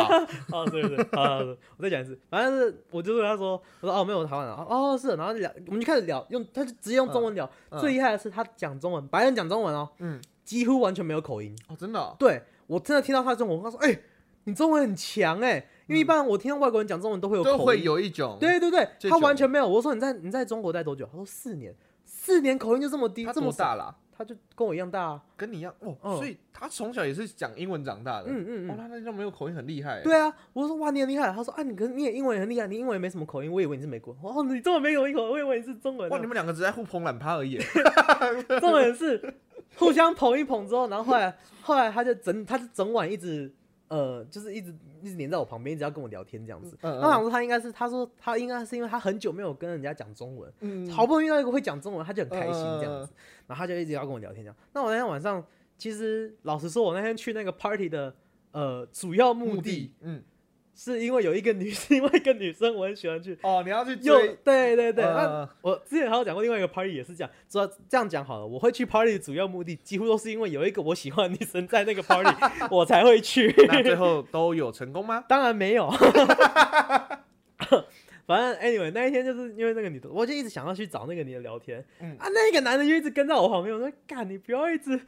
Speaker 2: 哦，对对对，好好，好我再讲一次，反正是我就跟他说，我说哦，没有我台湾人，哦是，然后就聊，我们就开始聊，用他就直接用中文聊，
Speaker 3: 嗯嗯
Speaker 2: 最厉害的是他讲中文，白人讲中文哦，
Speaker 3: 嗯，
Speaker 2: 几乎完全没有口音，
Speaker 3: [laughs] 哦，真的哦，
Speaker 2: 对我真的听到他的中文，我跟他说：“哎、你中文很强哎、因为一般我听到外国人讲中文都会有口
Speaker 3: 嗯都
Speaker 2: 音，
Speaker 3: 会有一种，
Speaker 2: 对对对，
Speaker 3: 这
Speaker 2: 他
Speaker 3: 种
Speaker 2: 完全没有。我说你在你在中国待多久？他说四年，四年口音就这么低，
Speaker 3: 他
Speaker 2: 这
Speaker 3: 这么
Speaker 2: 么少，
Speaker 3: 大啦，
Speaker 2: 他就跟我一样大、啊。
Speaker 3: 跟你一样哦，
Speaker 2: 嗯
Speaker 3: 所以他从小也是讲英文长大的，
Speaker 2: 嗯嗯嗯
Speaker 3: 哦，他那种没有口音很厉害，
Speaker 2: 对啊，我说哇你很厉害，他说啊你可是你也英文也很厉害，你英文也没什么口音，我以为你是美国人。哦你中文没有口音，我以为你是中文
Speaker 3: 哇，
Speaker 2: 啊、
Speaker 3: 你们两个只在互捧懒趴而
Speaker 2: [laughs]
Speaker 3: 已，
Speaker 2: 重点是互相捧一捧之后，然后后来后来他就整他就整晚一直呃就是一直一直黏在我旁边，一直要跟我聊天这样子。
Speaker 3: 嗯
Speaker 2: 他想说他应该是，他说他应该是因为他很久没有跟人家讲中文，
Speaker 3: 嗯
Speaker 2: 好不容易遇到一个会讲中文，他就很开心这样
Speaker 3: 嗯嗯嗯
Speaker 2: 子，然后他就一直要跟我聊天这样。那我那天晚上，其实老实说，我那天去那个 party 的呃主要目的，
Speaker 3: 嗯，
Speaker 2: 是因为有一个女， [laughs] 是因为一个女生我很喜欢去。
Speaker 3: 哦，你要去
Speaker 2: 又
Speaker 3: 追，
Speaker 2: 对对对，那
Speaker 3: 呃
Speaker 2: 我之前还有讲过另外一个 party 也是这样，主要这样讲好了，我会去 party 的主要目的几乎都是因为有一个我喜欢的女生在那个 party，我
Speaker 3: [laughs]
Speaker 2: 才会去。
Speaker 3: 那最后都有成
Speaker 2: [laughs]
Speaker 3: 功吗？
Speaker 2: 当然没有。反正 anyway 那一天就是因为那个女的，我就一直想要去找那个女的聊天，
Speaker 3: 嗯
Speaker 2: 啊，那个男的就一直跟在我旁边，我说干你不要一直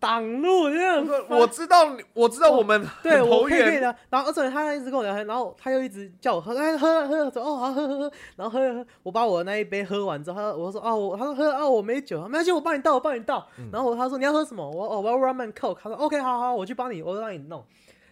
Speaker 2: 挡路这样
Speaker 3: 他
Speaker 2: 子
Speaker 3: 说，我知道你，我知道我们很
Speaker 2: [laughs] 对我
Speaker 3: 投
Speaker 2: 可以跟你
Speaker 3: 缘，
Speaker 2: 聊，然后而且他一直跟我聊天，然后他又一直叫我喝，哎喝啊喝啊，说哦好喝喝喝，然后喝喝喝，我把我那一杯喝完之后，他我说哦我他说喝啊我没酒，没关系我帮你倒我帮你倒，
Speaker 3: 嗯
Speaker 2: 然后我他说你要喝什么，我哦我要 rum and coke，他说 OK 好好我去帮你我让你弄，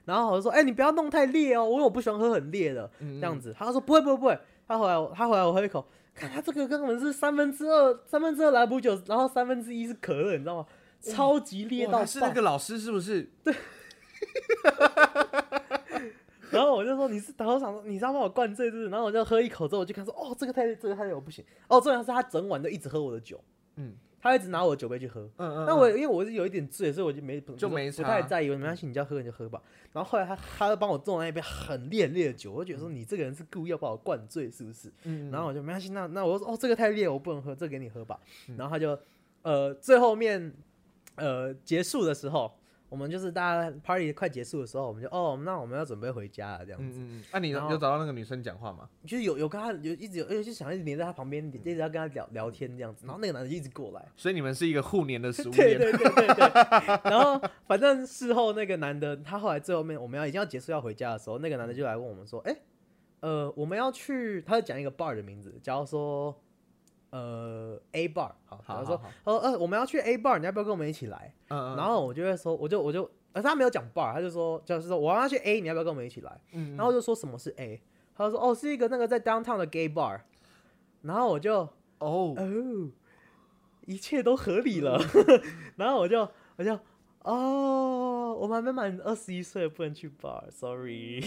Speaker 2: 然后我就说哎、你不要弄太烈哦，因为我不喜欢喝很烈的，这样
Speaker 3: 子，
Speaker 2: 子。他说不会不会不会，他回来我他回来我喝一口，看他这个根本是三分之二三分之二莱姆酒，然后三分之一是可乐，你知道吗？超级烈
Speaker 3: 哇
Speaker 2: 到
Speaker 3: 他是那
Speaker 2: 爆
Speaker 3: 个老师是不是？
Speaker 2: 然后我就说你是，然后我想说你是要把我灌醉是不是？然后我就喝一口之后，我就看说哦，这个太烈，这个太烈，我不行。哦，重要是他整晚都一直喝我的酒，
Speaker 3: 嗯
Speaker 2: 他一直拿我的酒杯去喝。
Speaker 3: 嗯嗯，
Speaker 2: 那我因为我是有一点醉，所以我就没不
Speaker 3: 就
Speaker 2: 不
Speaker 3: 没
Speaker 2: 不
Speaker 3: 差
Speaker 2: 太在意，我没关系，你就要喝你就喝吧。然后后来他他就帮我做了一杯很烈很烈的酒，我就觉得说你这个人是故意要把我灌醉是不是？ [laughs]
Speaker 3: 嗯，
Speaker 2: 然后我就没关系，那那我就说哦，这个太烈，我不能喝，这个给你喝吧。
Speaker 3: 嗯
Speaker 2: 然后他就呃最后面呃结束的时候，我们就是大家 party 快结束的时候，我们就哦那我们要准备回家了这样子。
Speaker 3: 嗯嗯嗯，那你
Speaker 2: 然后
Speaker 3: 有找到那个女生讲话吗？
Speaker 2: 就是有有跟他有一直有，而且就想一直黏在他旁边，一直要跟他聊聊天这样子。然后那个男的一直过来，
Speaker 3: 所以你们是一个互年的食物
Speaker 2: 对对
Speaker 3: 链，
Speaker 2: 对对对。然 [laughs] 后反正事后那个男的，他后来最后面我们要已经要结束要回家的时候，那个男的就来问我们说：“哎、呃，我们要去？”他就讲一个 bar 的名字，假如说呃 A bar，好，
Speaker 3: 好
Speaker 2: 假如
Speaker 3: 好
Speaker 2: 说
Speaker 3: 好
Speaker 2: 呃呃我们要去 A bar，你要不要跟我们一起来？
Speaker 3: 嗯
Speaker 2: 然后我就会说，我就我就，而他没有讲 bar，他就说就是说我要去 A，你要不要跟我们一起来？
Speaker 3: 嗯
Speaker 2: 然后我就说什么是 A，他就说哦是一个那个在 downtown 的 gay bar，然后我就
Speaker 3: 哦，
Speaker 2: 哦，一切都合理了，
Speaker 3: 嗯
Speaker 2: [laughs] 然后我就我就哦，我们还没满二十一岁，不能去 bar，sorry。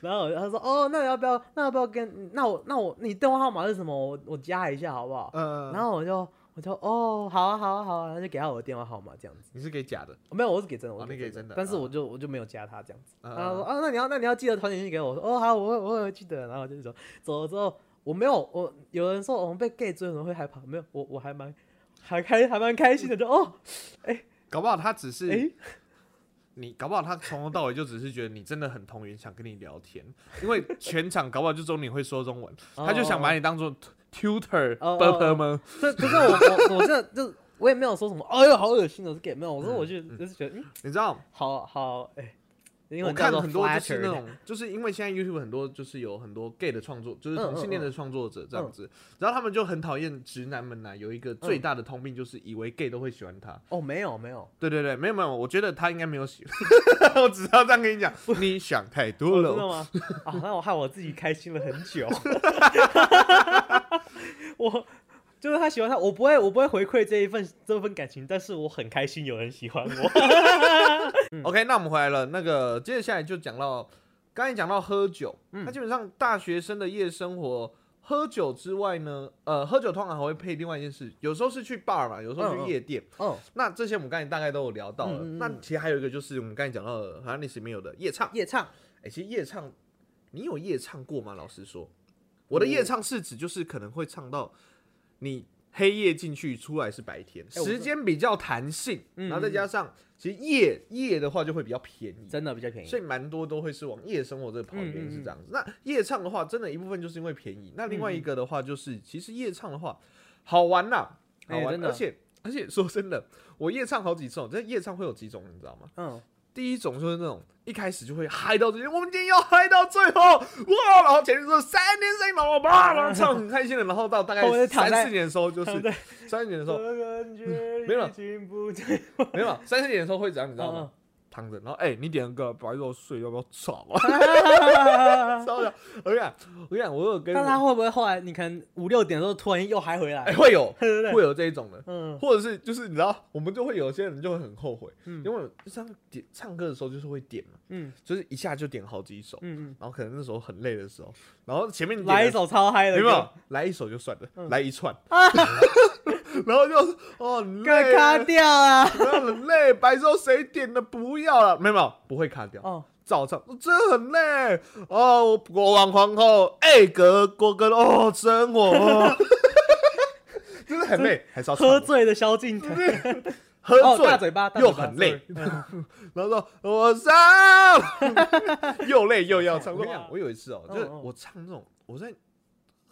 Speaker 2: 然 [laughs] 后他说哦，那要不要那要不要跟那我那我你电话号码是什么？我我加一下好不好？
Speaker 3: 嗯，
Speaker 2: 然后我就我就哦，好啊好啊好啊，然后就给他我的电话号码这样子。
Speaker 3: 你是给假的，
Speaker 2: 没有，我是给真的，
Speaker 3: 哦
Speaker 2: 我是
Speaker 3: 你给真
Speaker 2: 真
Speaker 3: 的
Speaker 2: 但是
Speaker 3: 啊
Speaker 2: 我就我就没有加他这样子。
Speaker 3: 啊
Speaker 2: 然后他说啊，那你要那你要记得传简讯给我。我说哦，好，我会我会我会记得。然后我就走走了之后，我没有我有人说我们被 gay 追，可能会害怕，没有，我我还蛮还开还蛮开心的，就哦
Speaker 3: 搞不好他只是
Speaker 2: 哎
Speaker 3: 你搞不好他从头到尾就只是觉得你真的很同源，想跟你聊天，因为全场搞不好就只有你会说中文，他就想把
Speaker 2: 买。
Speaker 3: 你当做 tutor
Speaker 2: 哦哦哦
Speaker 3: b u r 吗？
Speaker 2: 这可是我我我这就我也没有说什么，哎呦好恶心的，这个没有，我说我就
Speaker 3: 嗯
Speaker 2: 就是觉得嗯，
Speaker 3: 你知道，
Speaker 2: 好好哎，因为
Speaker 3: 我看很多就
Speaker 2: 就是
Speaker 3: 那种，就是因为现在 YouTube 很多就是有很多 gay 的创作，就是同
Speaker 2: 嗯
Speaker 3: 性恋的创作者这样子，然后他们就很讨厌直男们呐、啊有一个最大的通病就是以为 gay 都会喜欢他。
Speaker 2: 哦没有没有，
Speaker 3: 对对对，没有没有，我觉得他应该没有喜欢， [laughs] 我只要这样跟你讲，你想太多
Speaker 2: 哦
Speaker 3: 了
Speaker 2: 真的。吗？啊，那我害我自己开心了很 [laughs] 久。我就是他喜欢他，我不会，我不会回馈这一份这份感情，但是我很开心有人喜欢我。嗯
Speaker 3: OK，那我们回来了。那个接下来就讲到，刚才讲到喝酒，
Speaker 2: 嗯
Speaker 3: 那基本上大学生的夜生活，喝酒之外呢，呃，喝酒通常还会配另外一件事，有时候是去 bar 嘛，有时候
Speaker 2: 嗯嗯
Speaker 3: 去夜店。
Speaker 2: [laughs] 哦，
Speaker 3: 那这些我们刚才大概都有聊到了。
Speaker 2: 嗯嗯嗯
Speaker 3: 那其实还有一个就是我们刚才讲到的，好像历史里面有的夜唱。
Speaker 2: 夜唱
Speaker 3: 哎、其实夜唱，你有夜唱过吗？老实说，我的夜唱是指就是可能会唱到你黑夜进去，出来是白天，
Speaker 2: 哎我
Speaker 3: 时间比较弹性，
Speaker 2: 嗯
Speaker 3: 然后再加上其实夜夜的话就会比较便宜。
Speaker 2: 真的比较便宜
Speaker 3: 所，以蛮多都会是往夜生活这个跑，
Speaker 2: 嗯
Speaker 3: 原因
Speaker 2: 嗯
Speaker 3: 是
Speaker 2: 嗯
Speaker 3: 这样子。那夜唱的话，真的一部分就是因为便宜，那另外一个的话就是，其实夜唱的话好玩啦，好
Speaker 2: 哎
Speaker 3: 玩，
Speaker 2: 真的
Speaker 3: 而且而且说真的，我夜唱好几次、哦，这夜唱会有几种，你知道吗？
Speaker 2: 嗯，
Speaker 3: 第一种就是那种一开始就会嗨到这边，我们今天要嗨到最后，哇！然后前面说三天三夜，我哇，然后唱很开心的，然后到大
Speaker 2: 后
Speaker 3: 概
Speaker 2: 面躺
Speaker 3: 三
Speaker 2: 在
Speaker 3: 四年的时候，就是
Speaker 2: 躺在
Speaker 3: 三四年的时候，
Speaker 2: 感觉
Speaker 3: 没有
Speaker 2: 经不住，
Speaker 3: 没有三四年的时候会怎样，你知道吗
Speaker 2: 嗯？
Speaker 3: 躺着，然后哎、你点个白肉碎，要不要炒啊？
Speaker 2: [laughs]
Speaker 3: [laughs]
Speaker 2: 嗯
Speaker 3: 超的，我跟你讲，我跟你讲，我有跟我
Speaker 2: 但他会不会后来你可能五六点的时候突然又嗨回
Speaker 3: 哎、
Speaker 2: 来？
Speaker 3: 会有
Speaker 2: [laughs] 对对对
Speaker 3: 会有这一种的，
Speaker 2: 嗯，
Speaker 3: 或者是就是你知道，我们就会有些人就会很后悔，
Speaker 2: 嗯
Speaker 3: 因为像点唱歌的时候就是会点嘛，
Speaker 2: 嗯
Speaker 3: 就是一下就点好几首，
Speaker 2: 嗯
Speaker 3: 然后可能那时候很累的时候，然后前面
Speaker 2: 嗯，
Speaker 3: 点
Speaker 2: 来一
Speaker 3: 的，
Speaker 2: 首超嗨的 [laughs]
Speaker 3: 有没有
Speaker 2: 歌，？
Speaker 3: [laughs] 来一首就算了，
Speaker 2: 嗯
Speaker 3: 来
Speaker 2: [laughs]
Speaker 3: 一串， [laughs] 然后就哦很
Speaker 2: 该
Speaker 3: 累
Speaker 2: 卡
Speaker 3: 啊，
Speaker 2: 掉啊！
Speaker 3: 不要很累，白粥谁点的不要了，没有没有，不会卡掉。
Speaker 2: 哦，
Speaker 3: 早上真很累哦，国王皇后，哎、哥国哥哦，真
Speaker 2: [laughs]
Speaker 3: 我，哦真的很累，还是要唱
Speaker 2: 喝醉的萧敬腾，
Speaker 3: 喝
Speaker 2: 哦，
Speaker 3: 醉，
Speaker 2: 大嘴巴，大嘴
Speaker 3: 又
Speaker 2: 巴
Speaker 3: 很累，
Speaker 2: sorry 嗯
Speaker 3: [laughs] 然后说我上，又累又要唱。我跟你讲，我有一次哦，就是
Speaker 2: 嗯嗯
Speaker 3: 我唱那种，我在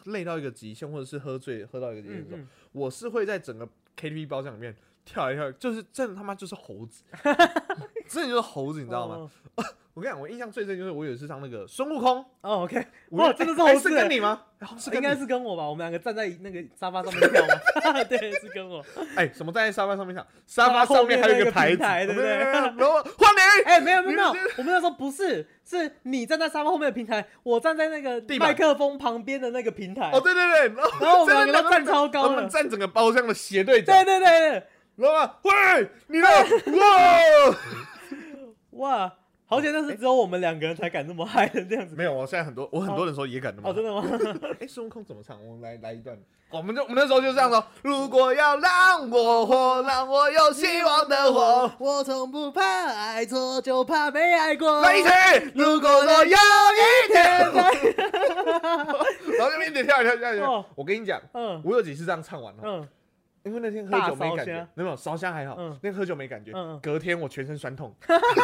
Speaker 3: 累到一个极限，或者是喝醉喝到一个极限的
Speaker 2: 嗯
Speaker 3: 时候，
Speaker 2: 嗯，
Speaker 3: 我是会在整个 KTV 包厢里面跳来跳去，就是真的他妈就是
Speaker 2: [laughs]
Speaker 3: 猴子，真的就是猴子，你
Speaker 2: 你
Speaker 3: 知道吗？？我跟你讲，我印象最深就是我有一次上那个孙悟空，
Speaker 2: 哦哦，OK，
Speaker 3: 我
Speaker 2: 哇，
Speaker 3: 就
Speaker 2: 真的
Speaker 3: 哎
Speaker 2: 是猴
Speaker 3: 哎
Speaker 2: 子
Speaker 3: 是
Speaker 2: 欸
Speaker 3: 跟，你吗？哎好像是跟
Speaker 2: 应
Speaker 3: 你
Speaker 2: 该是跟我吧？我们两个站在那个沙发上面跳 [laughs] 吗？对，是跟我。
Speaker 3: 哎，什么站在沙发上面上，沙
Speaker 2: 发
Speaker 3: 发上
Speaker 2: 哦后
Speaker 3: 面
Speaker 2: 面
Speaker 3: 还有一
Speaker 2: 那
Speaker 3: 个
Speaker 2: 个
Speaker 3: 牌
Speaker 2: 平
Speaker 3: 子，
Speaker 2: 台对不对
Speaker 3: [laughs] 然后换你，
Speaker 2: 哎，没有没
Speaker 3: 你
Speaker 2: 有没有，
Speaker 3: 们
Speaker 2: 我们那时候不是，是你站在沙发后面的平台，我站在那
Speaker 3: 地
Speaker 2: 个
Speaker 3: 板
Speaker 2: 麦克风旁边的那个平台
Speaker 3: 哦。对对对，然后
Speaker 2: 然后我们
Speaker 3: 真的
Speaker 2: 两个都站超高
Speaker 3: 我
Speaker 2: 的
Speaker 3: 们站整个包厢的斜对角
Speaker 2: 对，对对对，
Speaker 3: 然后啊喂，
Speaker 2: [laughs]
Speaker 3: 你呢？哇，
Speaker 2: 哇，好险！那是只有我们两个人才敢这么嗨的这样子。
Speaker 3: 没有，我现在很多我很多人说也敢的嘛
Speaker 2: 哦，，真的吗？
Speaker 3: 哎，孙悟空怎么唱？我们来来一段。我们就我们那时候就这样说：如果要让我活，让我有希
Speaker 2: [laughs]
Speaker 3: 望的活，
Speaker 2: [laughs] 我从不怕爱错，就怕没爱过。
Speaker 3: 那一起。如果说有一天， [laughs] 然后就一直跳一跳一跳一跳
Speaker 2: 哦。
Speaker 3: 我跟你讲，
Speaker 2: 嗯
Speaker 3: 我有几次这样唱完哦，
Speaker 2: 嗯，
Speaker 3: 因为那天喝酒没
Speaker 2: 大烧
Speaker 3: 感觉
Speaker 2: 香，
Speaker 3: 没有烧香还好
Speaker 2: 嗯，
Speaker 3: 那天喝酒没感觉
Speaker 2: 嗯嗯，
Speaker 3: 隔天我全身酸
Speaker 2: [laughs]
Speaker 3: 痛。 [laughs]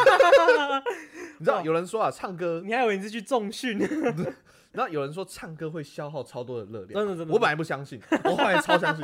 Speaker 3: 你知道
Speaker 2: 哇
Speaker 3: 有人说啊，唱歌，
Speaker 2: 你还以为你是去重训？ [laughs]
Speaker 3: 然后有人说唱歌会消耗超多的热量，
Speaker 2: 真的真的
Speaker 3: 我本来不
Speaker 2: [laughs]
Speaker 3: 相信，我后来超相信，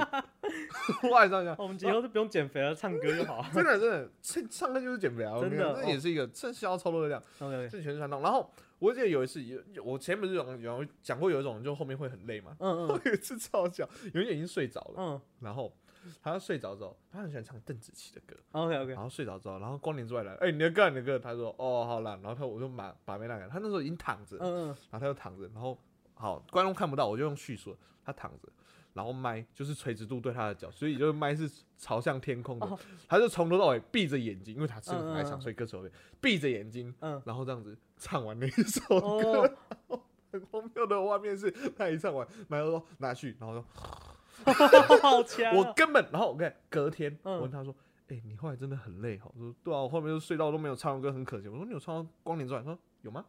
Speaker 3: 我后来超相信。
Speaker 2: 哦我们以后就不用减肥了，唱歌就好。啊 [laughs]
Speaker 3: 真的真的，唱唱歌就是减肥啊！我跟你讲
Speaker 2: 真的哦
Speaker 3: 这也是一个，这消耗超多热量。
Speaker 2: OK，
Speaker 3: 是全身酸痛。然后我记得有一次，有有我前不是有有讲过有一种，就后面会很累嘛。 [laughs]
Speaker 2: 嗯嗯
Speaker 3: 有一次超笑，有一点已经睡着了，
Speaker 2: 嗯
Speaker 3: 然后他睡着之后，他很喜欢唱邓紫棋的歌，
Speaker 2: ，OK OK，
Speaker 3: 然后睡着之后，然后光年出来了，哎、你的歌你的歌，他说哦好啦，然后他我就把把妹那个，他那时候已经躺着，
Speaker 2: 嗯嗯，
Speaker 3: 然后他就躺着，然后好观众看不到，我就用叙述，他躺着。然后麦就是垂直度对他的脚，所以就是麦是朝向天空的，
Speaker 2: 哦
Speaker 3: 他就从头到尾闭着眼睛，因为他真的很爱
Speaker 2: 嗯嗯
Speaker 3: 唱，
Speaker 2: 嗯
Speaker 3: 所以歌手会闭着眼睛，
Speaker 2: 嗯
Speaker 3: 然后这样子唱完那一首歌，
Speaker 2: 哦，
Speaker 3: 很荒谬的画面是他一唱完，麦克说拿去，然后说
Speaker 2: [laughs] 好强哦！
Speaker 3: 我根本，然后我看隔天，
Speaker 2: 嗯
Speaker 3: 我问他说，哎、你后来真的很累哈？我说对啊，我后面就睡到都没有唱歌，很可惜。我说你有唱到光年转？他说有吗？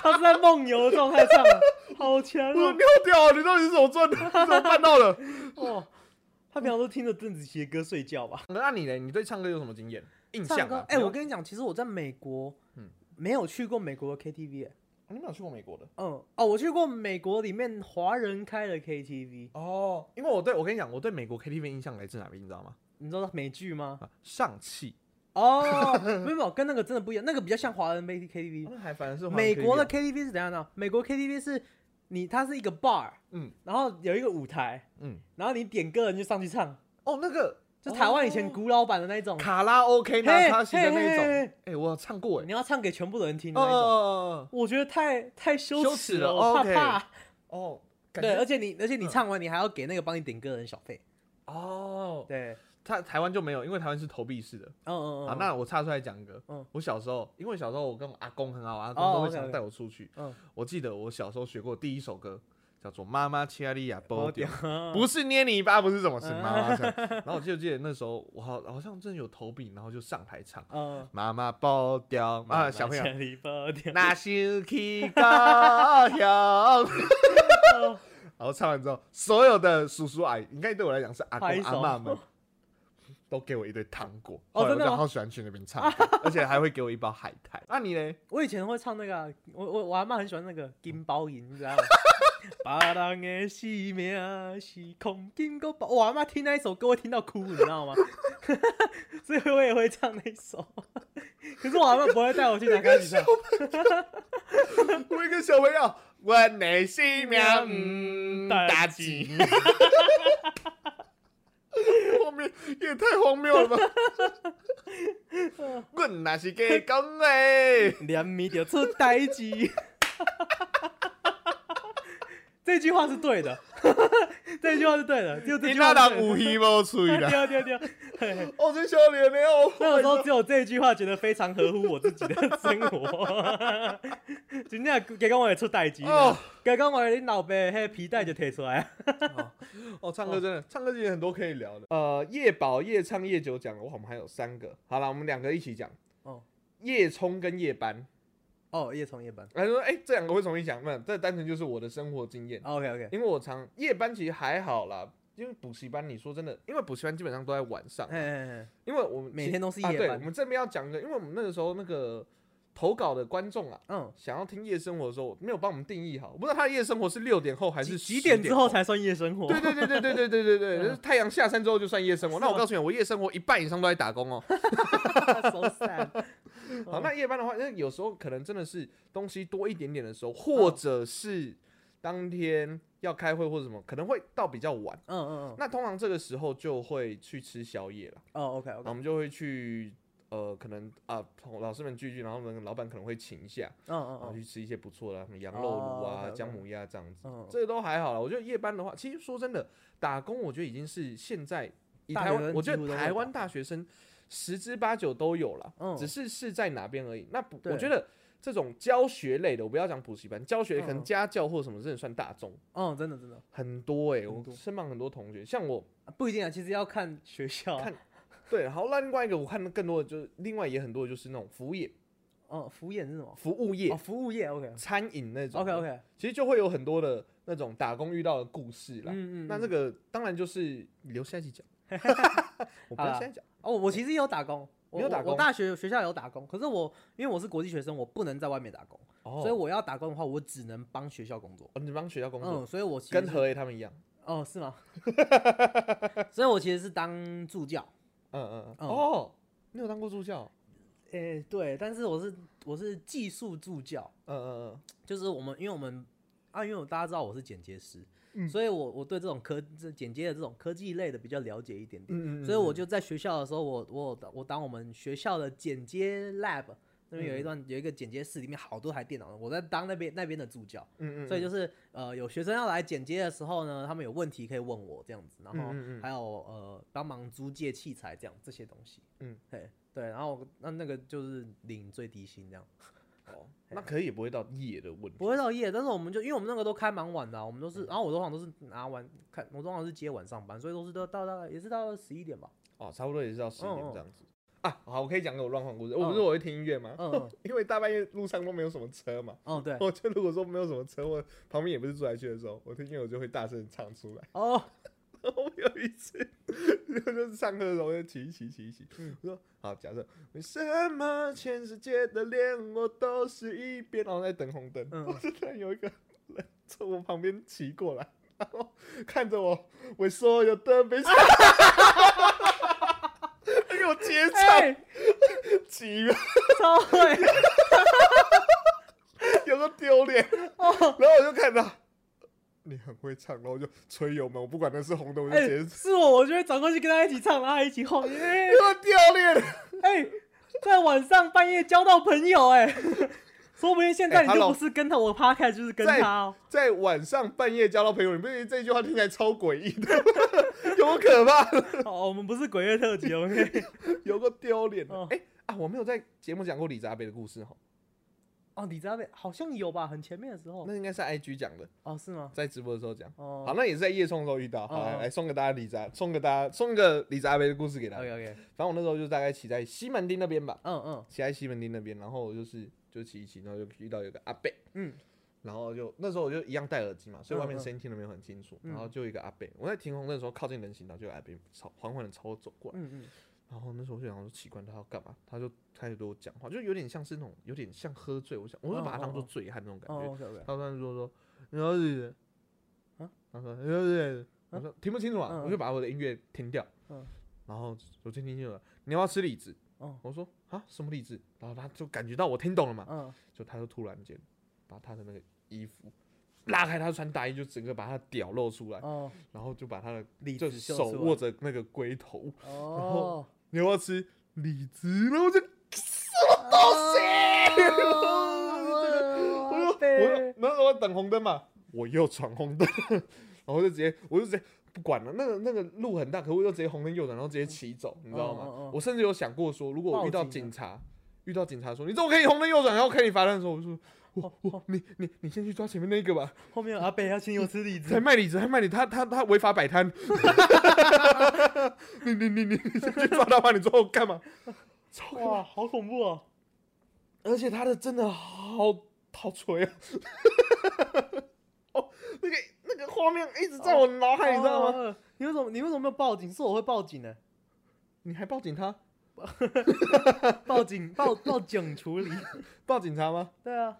Speaker 2: 他是在梦游的状态上，啊 [laughs] 好强
Speaker 3: 我说
Speaker 2: 哦
Speaker 3: 你！好屌、啊，你到底是怎么赚的？你怎么办到的？
Speaker 2: 哦，他平常都听着邓紫棋的歌睡觉吧？ [laughs]
Speaker 3: 那、你嘞？你对唱歌有什么经验？印
Speaker 2: 唱
Speaker 3: 象
Speaker 2: 歌
Speaker 3: 啊。
Speaker 2: 哎、
Speaker 3: 没有
Speaker 2: 我跟你讲，其实我在美国，
Speaker 3: 嗯
Speaker 2: 没有去过美国的 KTV，、欸、
Speaker 3: 你没有去过美国的
Speaker 2: 嗯，哦，我去过美国里面华人开的 KTV，
Speaker 3: 哦？因为我对我跟你讲，我对美国 KTV 印象来自哪边，你知道吗？
Speaker 2: 你知道美剧吗？
Speaker 3: 啊，上汽，
Speaker 2: 哦， [laughs] 没有没有，跟那个真的不一样，那个比较像华人 K T
Speaker 3: 他
Speaker 2: V。
Speaker 3: 们还反而是华人
Speaker 2: 美国的
Speaker 3: KTV 啊
Speaker 2: KTV 是怎样呢？美国 KTV 是你它是一个 bar，
Speaker 3: 嗯
Speaker 2: 然后有一个舞台，
Speaker 3: 嗯
Speaker 2: 然后你点歌你就上去唱，
Speaker 3: 哦那个
Speaker 2: 就台湾以前
Speaker 3: 哦
Speaker 2: 古老版的那一种，
Speaker 3: 卡拉 OK 拿
Speaker 2: 嘿
Speaker 3: 卡西的那一
Speaker 2: 嘿嘿
Speaker 3: 种
Speaker 2: 嘿，
Speaker 3: 哎，我有唱过哎
Speaker 2: 你，要唱给全部的人听的
Speaker 3: 哦
Speaker 2: 那一种。
Speaker 3: 哦
Speaker 2: 我觉得太太羞
Speaker 3: 羞
Speaker 2: 耻
Speaker 3: 耻了
Speaker 2: 我怕
Speaker 3: OK
Speaker 2: 怕。
Speaker 3: 哦哦，感
Speaker 2: 对，而
Speaker 3: 觉
Speaker 2: 且你而且你
Speaker 3: 嗯
Speaker 2: 唱完你还要给那个帮你点歌的人小费。
Speaker 3: 哦，
Speaker 2: 对，
Speaker 3: 他台湾就没有，因为台湾是投币式的。
Speaker 2: 嗯嗯嗯。
Speaker 3: 啊，那我插出来讲一个
Speaker 2: 嗯，
Speaker 3: 我小时候，因为小时候我跟我阿公很好，阿公
Speaker 2: 哦
Speaker 3: 都会
Speaker 2: OK，OK
Speaker 3: 常带我出去。
Speaker 2: 嗯
Speaker 3: 我记得我小时候学过第一首歌叫做《妈妈切利亚波
Speaker 2: 我
Speaker 3: 丢
Speaker 2: 屌》，，
Speaker 3: 不是捏你一巴，不是
Speaker 2: [laughs]
Speaker 3: 什么，是
Speaker 2: 嗯
Speaker 3: 妈妈唱。然后我就记得那时候我好好像真的有投币，然后就上台唱《
Speaker 2: 嗯
Speaker 3: 妈妈包掉》 [laughs] 啊，小
Speaker 2: [laughs]
Speaker 3: 朋友。
Speaker 2: 友， [laughs]
Speaker 3: 那是去高雄，然后唱完之后，所有的叔叔阿姨，应该对我来讲是阿公
Speaker 2: 拍手
Speaker 3: 阿嬷们，都给我一堆糖果。
Speaker 2: [laughs] 哦
Speaker 3: 后来我
Speaker 2: 真的
Speaker 3: 就
Speaker 2: 吗啊
Speaker 3: 好喜欢去那边唱歌，
Speaker 2: [laughs]
Speaker 3: 而且还会给我一包海苔。那你嘞？
Speaker 2: 我以前会唱那个啊、我我我阿妈很喜欢那个金包银，你知道
Speaker 3: [laughs]
Speaker 2: 吗？别人的性命是空金箍棒，我阿妈听那一首歌会听到哭，你知道吗？ [laughs] 所以我也会唱那一首，可是我阿妈不会带我去打钢琴唱。
Speaker 3: 我一个小朋友，我内心秒嗯打
Speaker 2: 打
Speaker 3: 击
Speaker 2: 击。
Speaker 3: 后面也太荒
Speaker 2: [laughs]
Speaker 3: 谬了吧！我那是给讲诶，
Speaker 2: 连米就出呆机。 [laughs] 这句话是对的， [laughs] 这句话是对的，就 [laughs] 这
Speaker 3: 你
Speaker 2: 句
Speaker 3: 那
Speaker 2: 话是
Speaker 3: 人
Speaker 2: 对
Speaker 3: 有
Speaker 2: 的。
Speaker 3: 戏啊无吹
Speaker 2: [laughs]
Speaker 3: 啦！
Speaker 2: 丢丢丢，嘿嘿
Speaker 3: 哦，真笑脸没有。
Speaker 2: [laughs] 那个时候只有这一句话觉得非常合乎我自己的生活。真的，刚刚我也出代志
Speaker 3: 哦，
Speaker 2: 刚刚我的老爸迄皮带就摕出
Speaker 3: [laughs]
Speaker 2: 来。
Speaker 3: 哦，唱歌真的，唱歌其实很多可以聊的。呃，夜宝、夜唱、夜酒讲，我我们还有三个。好了，我们两个一起讲。
Speaker 2: 哦
Speaker 3: 夜冲跟夜班，
Speaker 2: 哦，夜从夜班。
Speaker 3: 他说：“哎、这两个会重新讲，没有，这单纯就是我的生活经验。
Speaker 2: OK OK，
Speaker 3: 因为我常夜班其实还好啦，因为补习班，你说真的，因为补习班基本上都在晚上，
Speaker 2: 哎，
Speaker 3: 因为我们
Speaker 2: 每
Speaker 3: 其
Speaker 2: 天都是
Speaker 3: 啊，
Speaker 2: 夜
Speaker 3: 对，
Speaker 2: 班
Speaker 3: 我们这边要讲的，因为我们那个时候那个投稿的观众啊，
Speaker 2: 嗯，
Speaker 3: 想要听夜生活的时候，没有帮我们定义好，我不知道他的夜生活是六点后还是
Speaker 2: 几几
Speaker 3: 10
Speaker 2: 点之后
Speaker 3: 后
Speaker 2: 才算夜生活？
Speaker 3: 对对对对对对对对对，就是太阳下山之后就算夜生活。
Speaker 2: 嗯是啊
Speaker 3: 那我
Speaker 2: 吗
Speaker 3: 告诉你，我夜生活一半以上都在打工哦。
Speaker 2: [laughs] ，so sad。嗯
Speaker 3: 好，那夜班的话，那有时候可能真的是东西多一点点的时候，或者
Speaker 2: 嗯
Speaker 3: 是当天要开会或者什么，可能会到比较晚。
Speaker 2: 嗯嗯嗯，
Speaker 3: 那通常这个时候就会去吃宵夜了，
Speaker 2: 哦 OK
Speaker 3: 然后
Speaker 2: OK，
Speaker 3: 我们就会去。呃，可能啊，同老师们聚聚，然后呢，老板可能会请一下，
Speaker 2: 嗯嗯
Speaker 3: 然后
Speaker 2: 嗯
Speaker 3: 去吃一些不错的，什么羊肉炉
Speaker 2: 哦
Speaker 3: 啊、
Speaker 2: ，OK，OK
Speaker 3: 姜母鸭这样子。
Speaker 2: 嗯，
Speaker 3: 这个都还好啦。我觉得夜班的话，其实说真的，打工我觉得已经是现在以
Speaker 2: 大
Speaker 3: 台
Speaker 2: 学
Speaker 3: 湾，
Speaker 2: 生
Speaker 3: 我
Speaker 2: 几
Speaker 3: 觉得
Speaker 2: 乎都会
Speaker 3: 台湾
Speaker 2: 打
Speaker 3: 大学生十之八九都有了，
Speaker 2: 嗯
Speaker 3: 只是是在哪边而已。那不，我
Speaker 2: 对
Speaker 3: 觉得这种教学类的，我不要讲补习班，教学可能
Speaker 2: 嗯
Speaker 3: 家教或什么，真的算大众
Speaker 2: 嗯，真的真的
Speaker 3: 很多哎、
Speaker 2: 很
Speaker 3: 我
Speaker 2: 多
Speaker 3: 身旁很多同学，像我
Speaker 2: 不一定啊，其实要看学校啊。
Speaker 3: 看对，然后那另外一个我看的更多的就是另外也很多的就是那种服务业、
Speaker 2: 哦，服务业是什么？
Speaker 3: 服务业、啊
Speaker 2: 哦，服务业 OK
Speaker 3: 餐饮那种
Speaker 2: OK
Speaker 3: 的
Speaker 2: OK，
Speaker 3: 其实就会有很多的那种打工遇到的故事啦。
Speaker 2: 嗯嗯，
Speaker 3: 那这
Speaker 2: 嗯
Speaker 3: 个当然就是留下一
Speaker 2: [laughs]
Speaker 3: 集讲，我不要
Speaker 2: 好啦
Speaker 3: 现在讲。
Speaker 2: 哦，我其实也有打工，我
Speaker 3: 你有打
Speaker 2: 我
Speaker 3: 工
Speaker 2: 我大学学校有打工，可是我因为我是国际学生，我不能在外面打工，
Speaker 3: 哦
Speaker 2: 所以我要打工的话，我只能帮学校工作。
Speaker 3: 哦，你帮学校工作，
Speaker 2: 嗯，所以我其实
Speaker 3: 跟
Speaker 2: 是
Speaker 3: 何 A 他们一样。
Speaker 2: 哦是 [laughs] 吗？所以我其实是当助教，
Speaker 3: 嗯嗯嗯。
Speaker 2: 嗯
Speaker 3: 哦，你有当过助教？
Speaker 2: 诶、对，但是我是我是技术助教，
Speaker 3: 嗯嗯
Speaker 2: 就是我们因为我们啊，因为我大家知道我是剪接师，
Speaker 3: 嗯
Speaker 2: 所以我我对这种科这剪接的这种科技类的比较了解一点点。
Speaker 3: 嗯嗯。
Speaker 2: 所以我就在学校的时候，我我有当我当我们学校的剪接 lab 那
Speaker 3: 嗯
Speaker 2: 边有一段、有一个剪接室，里面好多台电脑呢，我在当那边那边的助教，
Speaker 3: 嗯嗯，
Speaker 2: 所以就是呃有学生要来剪接的时候呢，他们有问题可以问我这样子，然后
Speaker 3: 嗯嗯嗯
Speaker 2: 还有呃帮忙租借器材这样这些东西，
Speaker 3: 嗯，
Speaker 2: 对对，然后那那个就是领最低薪这样，
Speaker 3: 哦，那可以也不嗯会到夜的问题。
Speaker 2: 不会到夜，但是我们就因为我们那个都开蛮晚的啊、我们都是，然后我通常都是拿完看，我通常是接晚上班，所以都是都到大概也是到十一点吧，
Speaker 3: 哦，差不多也是到十一点
Speaker 2: 嗯嗯
Speaker 3: 这样子。啊，好，我可以讲个我乱晃故事。我
Speaker 2: 嗯
Speaker 3: 不是我会听音乐吗？
Speaker 2: 嗯嗯
Speaker 3: [laughs] 因为大半夜路上都没有什么车嘛。
Speaker 2: 嗯对，
Speaker 3: 我 [laughs] 就如果说没有什么车，我旁边也不是住宅区的时候，我听音乐我就会大声唱出来。
Speaker 2: 哦，
Speaker 3: 我有一次， [laughs] 就是上课的时候就骑一骑骑一骑，
Speaker 2: 嗯
Speaker 3: 我说好，假设为什么全世界的脸我都是一边，然后在等红灯，
Speaker 2: 嗯
Speaker 3: [laughs] 我真的有一个人从我旁边骑过来，然后看着我，我所有的悲 [laughs] 伤，他给我接
Speaker 2: 哎、
Speaker 3: 唱骑了，
Speaker 2: [laughs] 超
Speaker 3: [laughs]
Speaker 2: 会哎
Speaker 3: 有个丢脸，
Speaker 2: 哦！
Speaker 3: 然后我就看到。你很会唱，然后我就吹油门，我不管那是红灯，我就
Speaker 2: 哎、
Speaker 3: 直接 [laughs]
Speaker 2: 是我，我就会转过去跟他一起唱，然后一起晃。哎、
Speaker 3: 给我丢脸。
Speaker 2: 哎、在晚上半夜交到朋友、哎， [laughs] 说不定现在
Speaker 3: 哎
Speaker 2: 你
Speaker 3: 他
Speaker 2: 就
Speaker 3: 老
Speaker 2: 不是跟他，我趴开就是跟
Speaker 3: 在
Speaker 2: 他、哦。
Speaker 3: 在晚上半夜交到朋友，你不觉得这句话听起来超诡异的吗？ [laughs] 有个可怕的，
Speaker 2: 哦，我们不是鬼月特辑，OK？
Speaker 3: [laughs]
Speaker 2: [laughs]
Speaker 3: 有个丢脸的。哎、
Speaker 2: 哦
Speaker 3: 啊，我没有在节目讲过李扎贝的故事哈，
Speaker 2: 哦，李扎贝好像有吧，很前面的时候。
Speaker 3: 那应该是 IG 讲的，
Speaker 2: 哦，是吗？
Speaker 3: 在直播的时候讲。
Speaker 2: 哦，
Speaker 3: 好，那也是在夜冲的时候遇到。好，
Speaker 2: 哦
Speaker 3: 来
Speaker 2: 哦
Speaker 3: 来送给大家李扎，送给大家，送个李扎贝的故事给大家。
Speaker 2: ，OK OK，
Speaker 3: 反正我那时候就大概骑在西门町那边吧，
Speaker 2: 嗯嗯
Speaker 3: 骑在西门町那边，然后我就是就骑一骑，然后就遇到有个阿贝，
Speaker 2: 嗯，
Speaker 3: 然后就那时候我就一样戴耳机嘛，所以外面
Speaker 2: 嗯嗯
Speaker 3: 声音听得没有很清楚。
Speaker 2: 嗯
Speaker 3: 然后就有一个阿贝，我在停红灯的时候靠近人行道，就有阿贝朝缓缓的朝我走过来。
Speaker 2: 嗯嗯，
Speaker 3: 然后那时候我就想说奇怪，他要干嘛？他就开始对我讲话，就有点像是那种有点像喝醉，我想我就把他当做
Speaker 2: 哦哦哦
Speaker 3: 醉汉那种感
Speaker 2: 哦
Speaker 3: 觉。
Speaker 2: ，OK OK，
Speaker 3: 他突然说说你要是
Speaker 2: 啊，
Speaker 3: 他说你要是，我
Speaker 2: 啊
Speaker 3: 说听不清楚啊，
Speaker 2: 嗯
Speaker 3: 我就把我的音乐停掉
Speaker 2: 嗯。
Speaker 3: 然后我就听清楚了，你要不要吃李子？
Speaker 2: 哦，
Speaker 3: 我说啊什么李子？然后他就感觉到我听懂了嘛，
Speaker 2: 嗯，
Speaker 3: 就他就突然间把他的那个衣服拉开，他穿大衣就整个把他的屌露出来，
Speaker 2: 哦，
Speaker 3: 然后就把他的
Speaker 2: 李
Speaker 3: 就
Speaker 2: 子秀
Speaker 3: 手
Speaker 2: 出来
Speaker 3: 握着那个龟头， [laughs]
Speaker 2: 哦，
Speaker 3: 你要不要吃李子？然后我就
Speaker 2: 东啊
Speaker 3: 我就我就那时候我等红灯嘛，我又闯红灯， [laughs] 然后就直接我就直接不管了，那个那个路很大，可我就直接红灯右转，然后直接骑走，你知道吗？
Speaker 2: 哦哦哦
Speaker 3: 我甚至有想过说，如果我遇到
Speaker 2: 报警啊
Speaker 3: 警察。遇到警察说你怎么可以红灯右转，然后开你罚单的时候，我就说
Speaker 2: 哦
Speaker 3: 我我你你你先去抓前面那个吧，
Speaker 2: 后面有阿贝要请我吃李
Speaker 3: 才
Speaker 2: 子，
Speaker 3: 卖李子，还卖你，他他他违法
Speaker 2: [laughs]
Speaker 3: 摆摊。 [laughs] 你你你你你先去抓他吧，你抓我干嘛？超可怕
Speaker 2: 哇，好恐怖哦！
Speaker 3: 而且他的真的好好锤
Speaker 2: [laughs]
Speaker 3: 啊！哦，那个那个画面一直在我脑海，你知道吗？
Speaker 2: 吗？你为什么你为什么没有报警？是我会报警呢，
Speaker 3: 你还报警他？
Speaker 2: 报警报报警处理。 [laughs]
Speaker 3: 报警察吗？
Speaker 2: 对啊，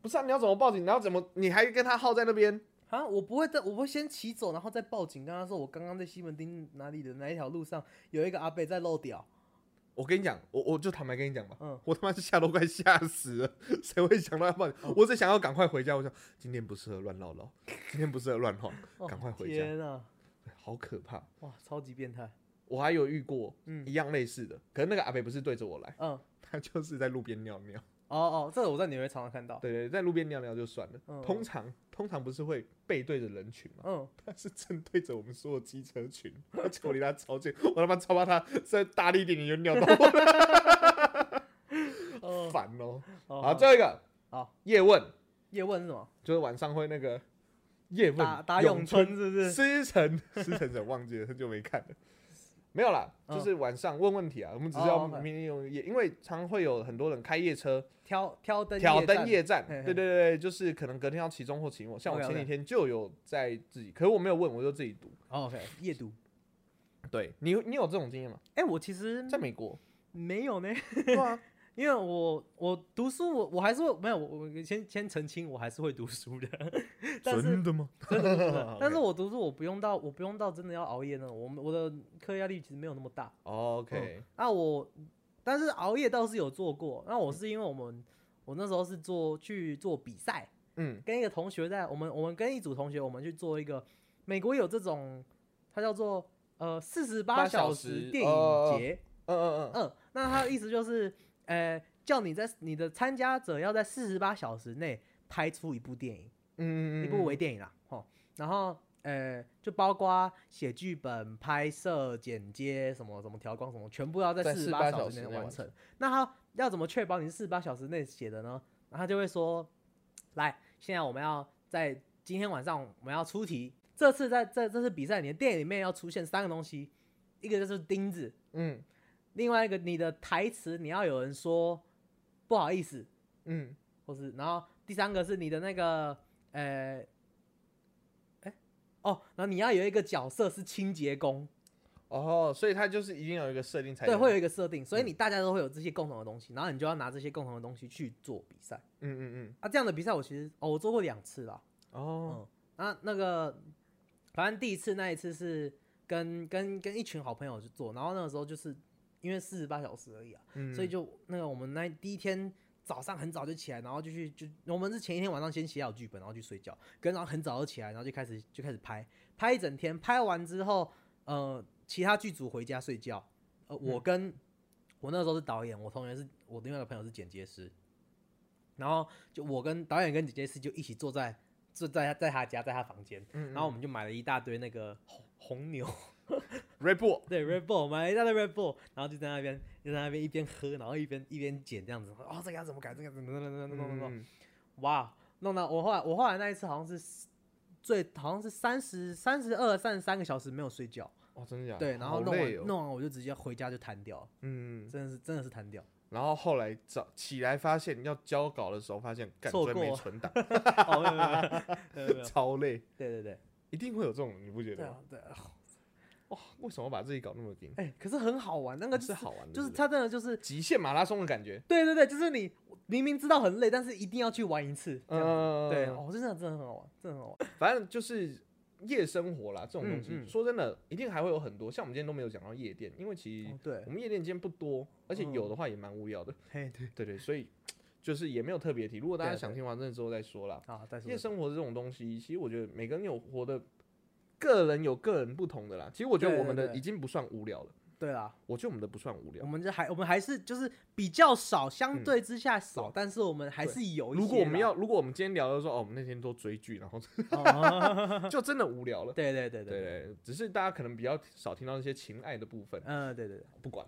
Speaker 3: 不是啊，你要怎么报警？你要怎么？你还跟他耗在那边？
Speaker 2: 啊，我不会在，我会先骑走，然后再报警，跟他说我刚刚在西门町哪里的哪一条路上有一个阿贝在漏屌。
Speaker 3: 我跟你讲，我我就坦白跟你讲吧，
Speaker 2: 嗯
Speaker 3: 我他妈是吓都快吓死了， [laughs] 谁会想到要报警？
Speaker 2: 哦
Speaker 3: 我只想要赶快回家。我想今天不适合乱唠唠， [laughs] 今天不适合乱晃，
Speaker 2: 哦
Speaker 3: 赶快回家，
Speaker 2: 天啊，
Speaker 3: 好可怕。
Speaker 2: 哇，超级变态。
Speaker 3: 我还有遇过
Speaker 2: 嗯
Speaker 3: 一样类似的，可是那个阿北不是对着我来，
Speaker 2: 嗯，
Speaker 3: 他就是在路边尿尿。
Speaker 2: 哦哦，这个我在纽约常常看到。
Speaker 3: 对对，在路边尿尿就算了。
Speaker 2: 嗯
Speaker 3: 通常通常不是会背对着人群吗？ [laughs]
Speaker 2: 嗯，
Speaker 3: 他是正对着我们所有机车群， [laughs] 而且我离他超近，我他妈超怕他在大力一点你就尿到我，
Speaker 2: 哦，
Speaker 3: 烦哦。
Speaker 2: [laughs] 好
Speaker 3: 好，最后一个，
Speaker 2: 好，
Speaker 3: 叶问
Speaker 2: 叶问是什么？
Speaker 3: 就是晚上会那个叶问
Speaker 2: 打打咏
Speaker 3: 嗯咏
Speaker 2: 春是不是？
Speaker 3: 师承师承者忘记了，很久没看了。没有啦，
Speaker 2: 嗯
Speaker 3: 就是晚上问问题啊，我们只是
Speaker 2: 哦
Speaker 3: 要
Speaker 2: ，OK
Speaker 3: 明天用夜，因为常会有很多人开夜车，
Speaker 2: 挑挑灯
Speaker 3: 挑灯
Speaker 2: 战
Speaker 3: 夜战，
Speaker 2: 嘿嘿
Speaker 3: 对对对，就是可能隔天要期中或期末，像我
Speaker 2: OK，OK
Speaker 3: 前几天就有在自己，可是我没有问，我就自己读。
Speaker 2: 哦 OK，夜读。
Speaker 3: 对你，有你有这种经验吗？
Speaker 2: 哎、我其实
Speaker 3: 在
Speaker 2: [laughs]
Speaker 3: 美国，
Speaker 2: 没有呢，
Speaker 3: 对啊，
Speaker 2: 因为我我读书我我还是会没有我我先先澄清，我还是会读书的， [laughs] [laughs] 但是
Speaker 3: 的吗？
Speaker 2: 真的真的 [laughs]
Speaker 3: OK
Speaker 2: 但是我读书我不用到我不用到真的要熬夜呢，我们我的课业压力其实没有那么大。
Speaker 3: OK，
Speaker 2: 那我但是熬夜倒是有做过，那
Speaker 3: 嗯
Speaker 2: 我是因为我们我那时候是做去做比赛，
Speaker 3: 嗯
Speaker 2: 跟一个同学在我们我们跟一组同学我们去做一个美国有这种，它叫做呃四十八
Speaker 3: 八小
Speaker 2: 小
Speaker 3: 时
Speaker 2: 时电
Speaker 3: 哦哦哦
Speaker 2: 影节。
Speaker 3: 嗯嗯嗯，
Speaker 2: 嗯，那他的意思就是，呃，叫你在你的参加者要在四十八小时内拍出一部电影，
Speaker 3: 嗯
Speaker 2: 一部微电影啦，哦，然后呃，就包括写剧本、拍摄、剪接什么什么调光什么，全部要在
Speaker 3: 在
Speaker 2: 四十
Speaker 3: 48
Speaker 2: 八
Speaker 3: 小
Speaker 2: 小
Speaker 3: 时
Speaker 2: 时内
Speaker 3: 内完
Speaker 2: 完成。那他要怎么确保你是四十八小时内写的呢？那他就会说，来，现在我们要在今天晚上我们要出题。这次在在这次比赛里面，电影里面要出现三个东西，一个就是钉子，
Speaker 3: 嗯
Speaker 2: 另外一个你的台词你要有人说不好意思，
Speaker 3: 嗯，
Speaker 2: 或是然后第三个是你的那个呃，哎、哦哦，然后你要有一个角色是清洁工，
Speaker 3: 哦，所以它就是一定有一个设定才
Speaker 2: 对，会有
Speaker 3: 有，
Speaker 2: 一个设定，所以你大家都会有这些共同的东西，然后你就要拿这些共同的东西去做比赛
Speaker 3: 嗯嗯
Speaker 2: 啊。这样的比赛我其实哦，我做过两次啦。
Speaker 3: 嗯，哦，
Speaker 2: 啊，那个反正第一次那一次是跟跟跟一群好朋友去做，然后那个时候就是因为四十八小时而已啊，
Speaker 3: 嗯
Speaker 2: 所以就那个我们那第一天早上很早就起来，然后就去就我们是前一天晚上先写好剧本，然后去睡觉，跟然后很早就起来，然后就开始就开始拍，拍一整天，拍完之后，呃，其他剧组回家睡觉，呃，
Speaker 3: 嗯
Speaker 2: 我跟、我那时候是导演，我同学是我另外一个朋友是剪接师，然后就我跟导演跟剪接师就一起坐在坐在他在他家在他房间，
Speaker 3: 嗯嗯
Speaker 2: 然后我们就买了一大堆那个红红牛。
Speaker 3: Red Bull，
Speaker 2: 对 Red Bull 买了一大堆 Red Bull，然后就在那边就在那边一边喝，然后一边一边剪这样子。哦，这个要怎么改？这个要怎么弄弄弄弄弄弄？
Speaker 3: 嗯
Speaker 2: 哇，弄到我后来我后来那一次好像是最好像是三十三十二三十三个小时没有睡觉，
Speaker 3: 哦，真的假的？
Speaker 2: 对，然后
Speaker 3: 好
Speaker 2: 弄完
Speaker 3: 累哦
Speaker 2: 弄完我就直接回家就瘫掉了，
Speaker 3: 嗯，
Speaker 2: 真的是真的是瘫
Speaker 3: [laughs]
Speaker 2: 掉。
Speaker 3: 然后后来早起来发现要交稿的时候，发现干
Speaker 2: 错
Speaker 3: 追没
Speaker 2: 过 [laughs]
Speaker 3: 存档，
Speaker 2: 哦，没有没有没有没有没有没有，
Speaker 3: 超累，
Speaker 2: 对对对
Speaker 3: 一定会有这种，你不觉
Speaker 2: 对
Speaker 3: 得吗？
Speaker 2: 啊对啊，
Speaker 3: 哇，为什么把自己搞那么硬？
Speaker 2: 哎，可是很好 [laughs] 玩，那个就是是
Speaker 3: 好玩的，
Speaker 2: 就是
Speaker 3: 不
Speaker 2: 它真的就是
Speaker 3: 极限马拉松的感觉。
Speaker 2: 对对对，就是你明明知道很累，但是一定要去玩一次。这样子
Speaker 3: 嗯，
Speaker 2: 对，哦，真的真的很好玩，真的很好玩。
Speaker 3: [laughs] 反正就是夜生活啦，这种东西，
Speaker 2: 嗯嗯
Speaker 3: 说真的，一定还会有很多。像我们今天都没有讲到夜店，因为其实
Speaker 2: 哦对
Speaker 3: 我们夜店今天不多，而且
Speaker 2: 嗯
Speaker 3: 有的话也蛮无聊的。 [laughs]
Speaker 2: 嘿，对
Speaker 3: 对对，所以就是也没有特别提。如果大家
Speaker 2: 对对
Speaker 3: 想听完这之后再说啦。
Speaker 2: 啊，但是
Speaker 3: 夜生活这种东西，其实我觉得每个人有活的，个人有个人不同的啦。其实我觉得
Speaker 2: 对
Speaker 3: 我们
Speaker 2: 对
Speaker 3: 的
Speaker 2: 对
Speaker 3: 已经不算无聊了，
Speaker 2: 对啦，
Speaker 3: 我觉得我们的不算无
Speaker 2: 我
Speaker 3: 聊。
Speaker 2: 们这还我们还是就是比较少，相对之下少，但是我们还是有一些啦。
Speaker 3: 如果我们要，如果我们今天聊的说，哦，我们那天都追剧，然后
Speaker 2: [laughs] 哦，
Speaker 3: 就真的无聊了。
Speaker 2: 对 [laughs] 对对
Speaker 3: 对，对，只是大家可能比较少听到那些情爱的部分。
Speaker 2: 嗯，对对对，[laughs]
Speaker 3: 不管，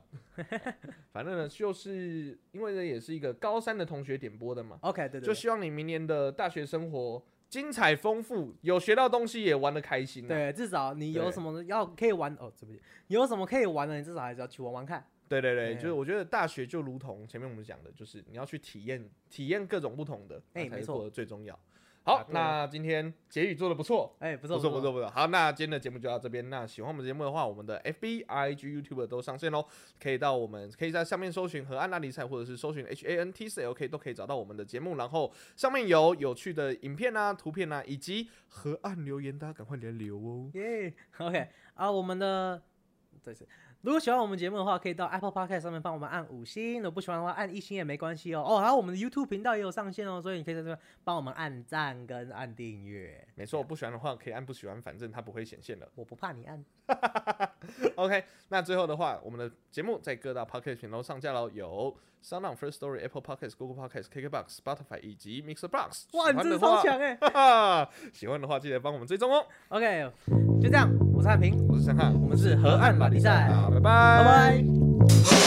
Speaker 3: 反正呢，就是因为呢，也是一个高三的同学点播的嘛，
Speaker 2: ，OK，对对，
Speaker 3: 就希望你明年的大学生活精彩丰富，有学到东西，也玩的开心、啊。
Speaker 2: 对，至少你有
Speaker 3: 对
Speaker 2: 什么要可以玩哦，对不起，你有什么可以玩的，你至少还是要去玩玩看。
Speaker 3: 对对
Speaker 2: 对
Speaker 3: 对，就是我觉得大学就如同前面我们讲的，就是你要去体验体验各种不同的，
Speaker 2: 哎
Speaker 3: 那才
Speaker 2: 没
Speaker 3: 是
Speaker 2: 错
Speaker 3: 做的最重要。
Speaker 2: 答
Speaker 3: 好，
Speaker 2: 对了
Speaker 3: 那今天结语做的不错。
Speaker 2: 哎，不
Speaker 3: 不
Speaker 2: 错
Speaker 3: 错不
Speaker 2: 不
Speaker 3: 错，不错，好，那今天的节目就到这边。那喜欢我们节目的话，我们的 FB、IG、YouTube 都上线喽，可以到我们可以在上面搜寻“河岸那理财”或者是搜寻 HANTCLK 都可以找到我们的节目。然后上面有有趣的影片啊、图片啊，以及河岸留言，大家赶快来留哦。
Speaker 2: 耶，OK 啊，我们的再次，如果喜欢我们节目的话，可以到 Apple Podcast 上面帮我们按五星；如果不喜欢的话，按一星也没关系哦。哦，然后我们的 YouTube 频道也有上线哦，所以你可以在这边帮我们按赞跟按订阅。
Speaker 3: 没错，不喜欢的话可以按不喜欢，反正它不会显现的。
Speaker 2: 我不怕你按，
Speaker 3: OK，那最后的话，我们的节目在各大 Podcast 频道上架喽，有 Sound On First Story、Apple Podcast、Google Podcast、KKBox、Spotify 以及 Mixer Box。
Speaker 2: 哇，
Speaker 3: 喜
Speaker 2: 你
Speaker 3: 欢
Speaker 2: 真的
Speaker 3: 的
Speaker 2: 超
Speaker 3: 话
Speaker 2: 强哎、
Speaker 3: 哈哈，喜欢的话记得帮我们追踪哦。
Speaker 2: OK，就这样，我是汉平，
Speaker 3: 我是陈汉，
Speaker 2: 我们是河岸马比赛，
Speaker 3: 好拜拜，
Speaker 2: 拜拜。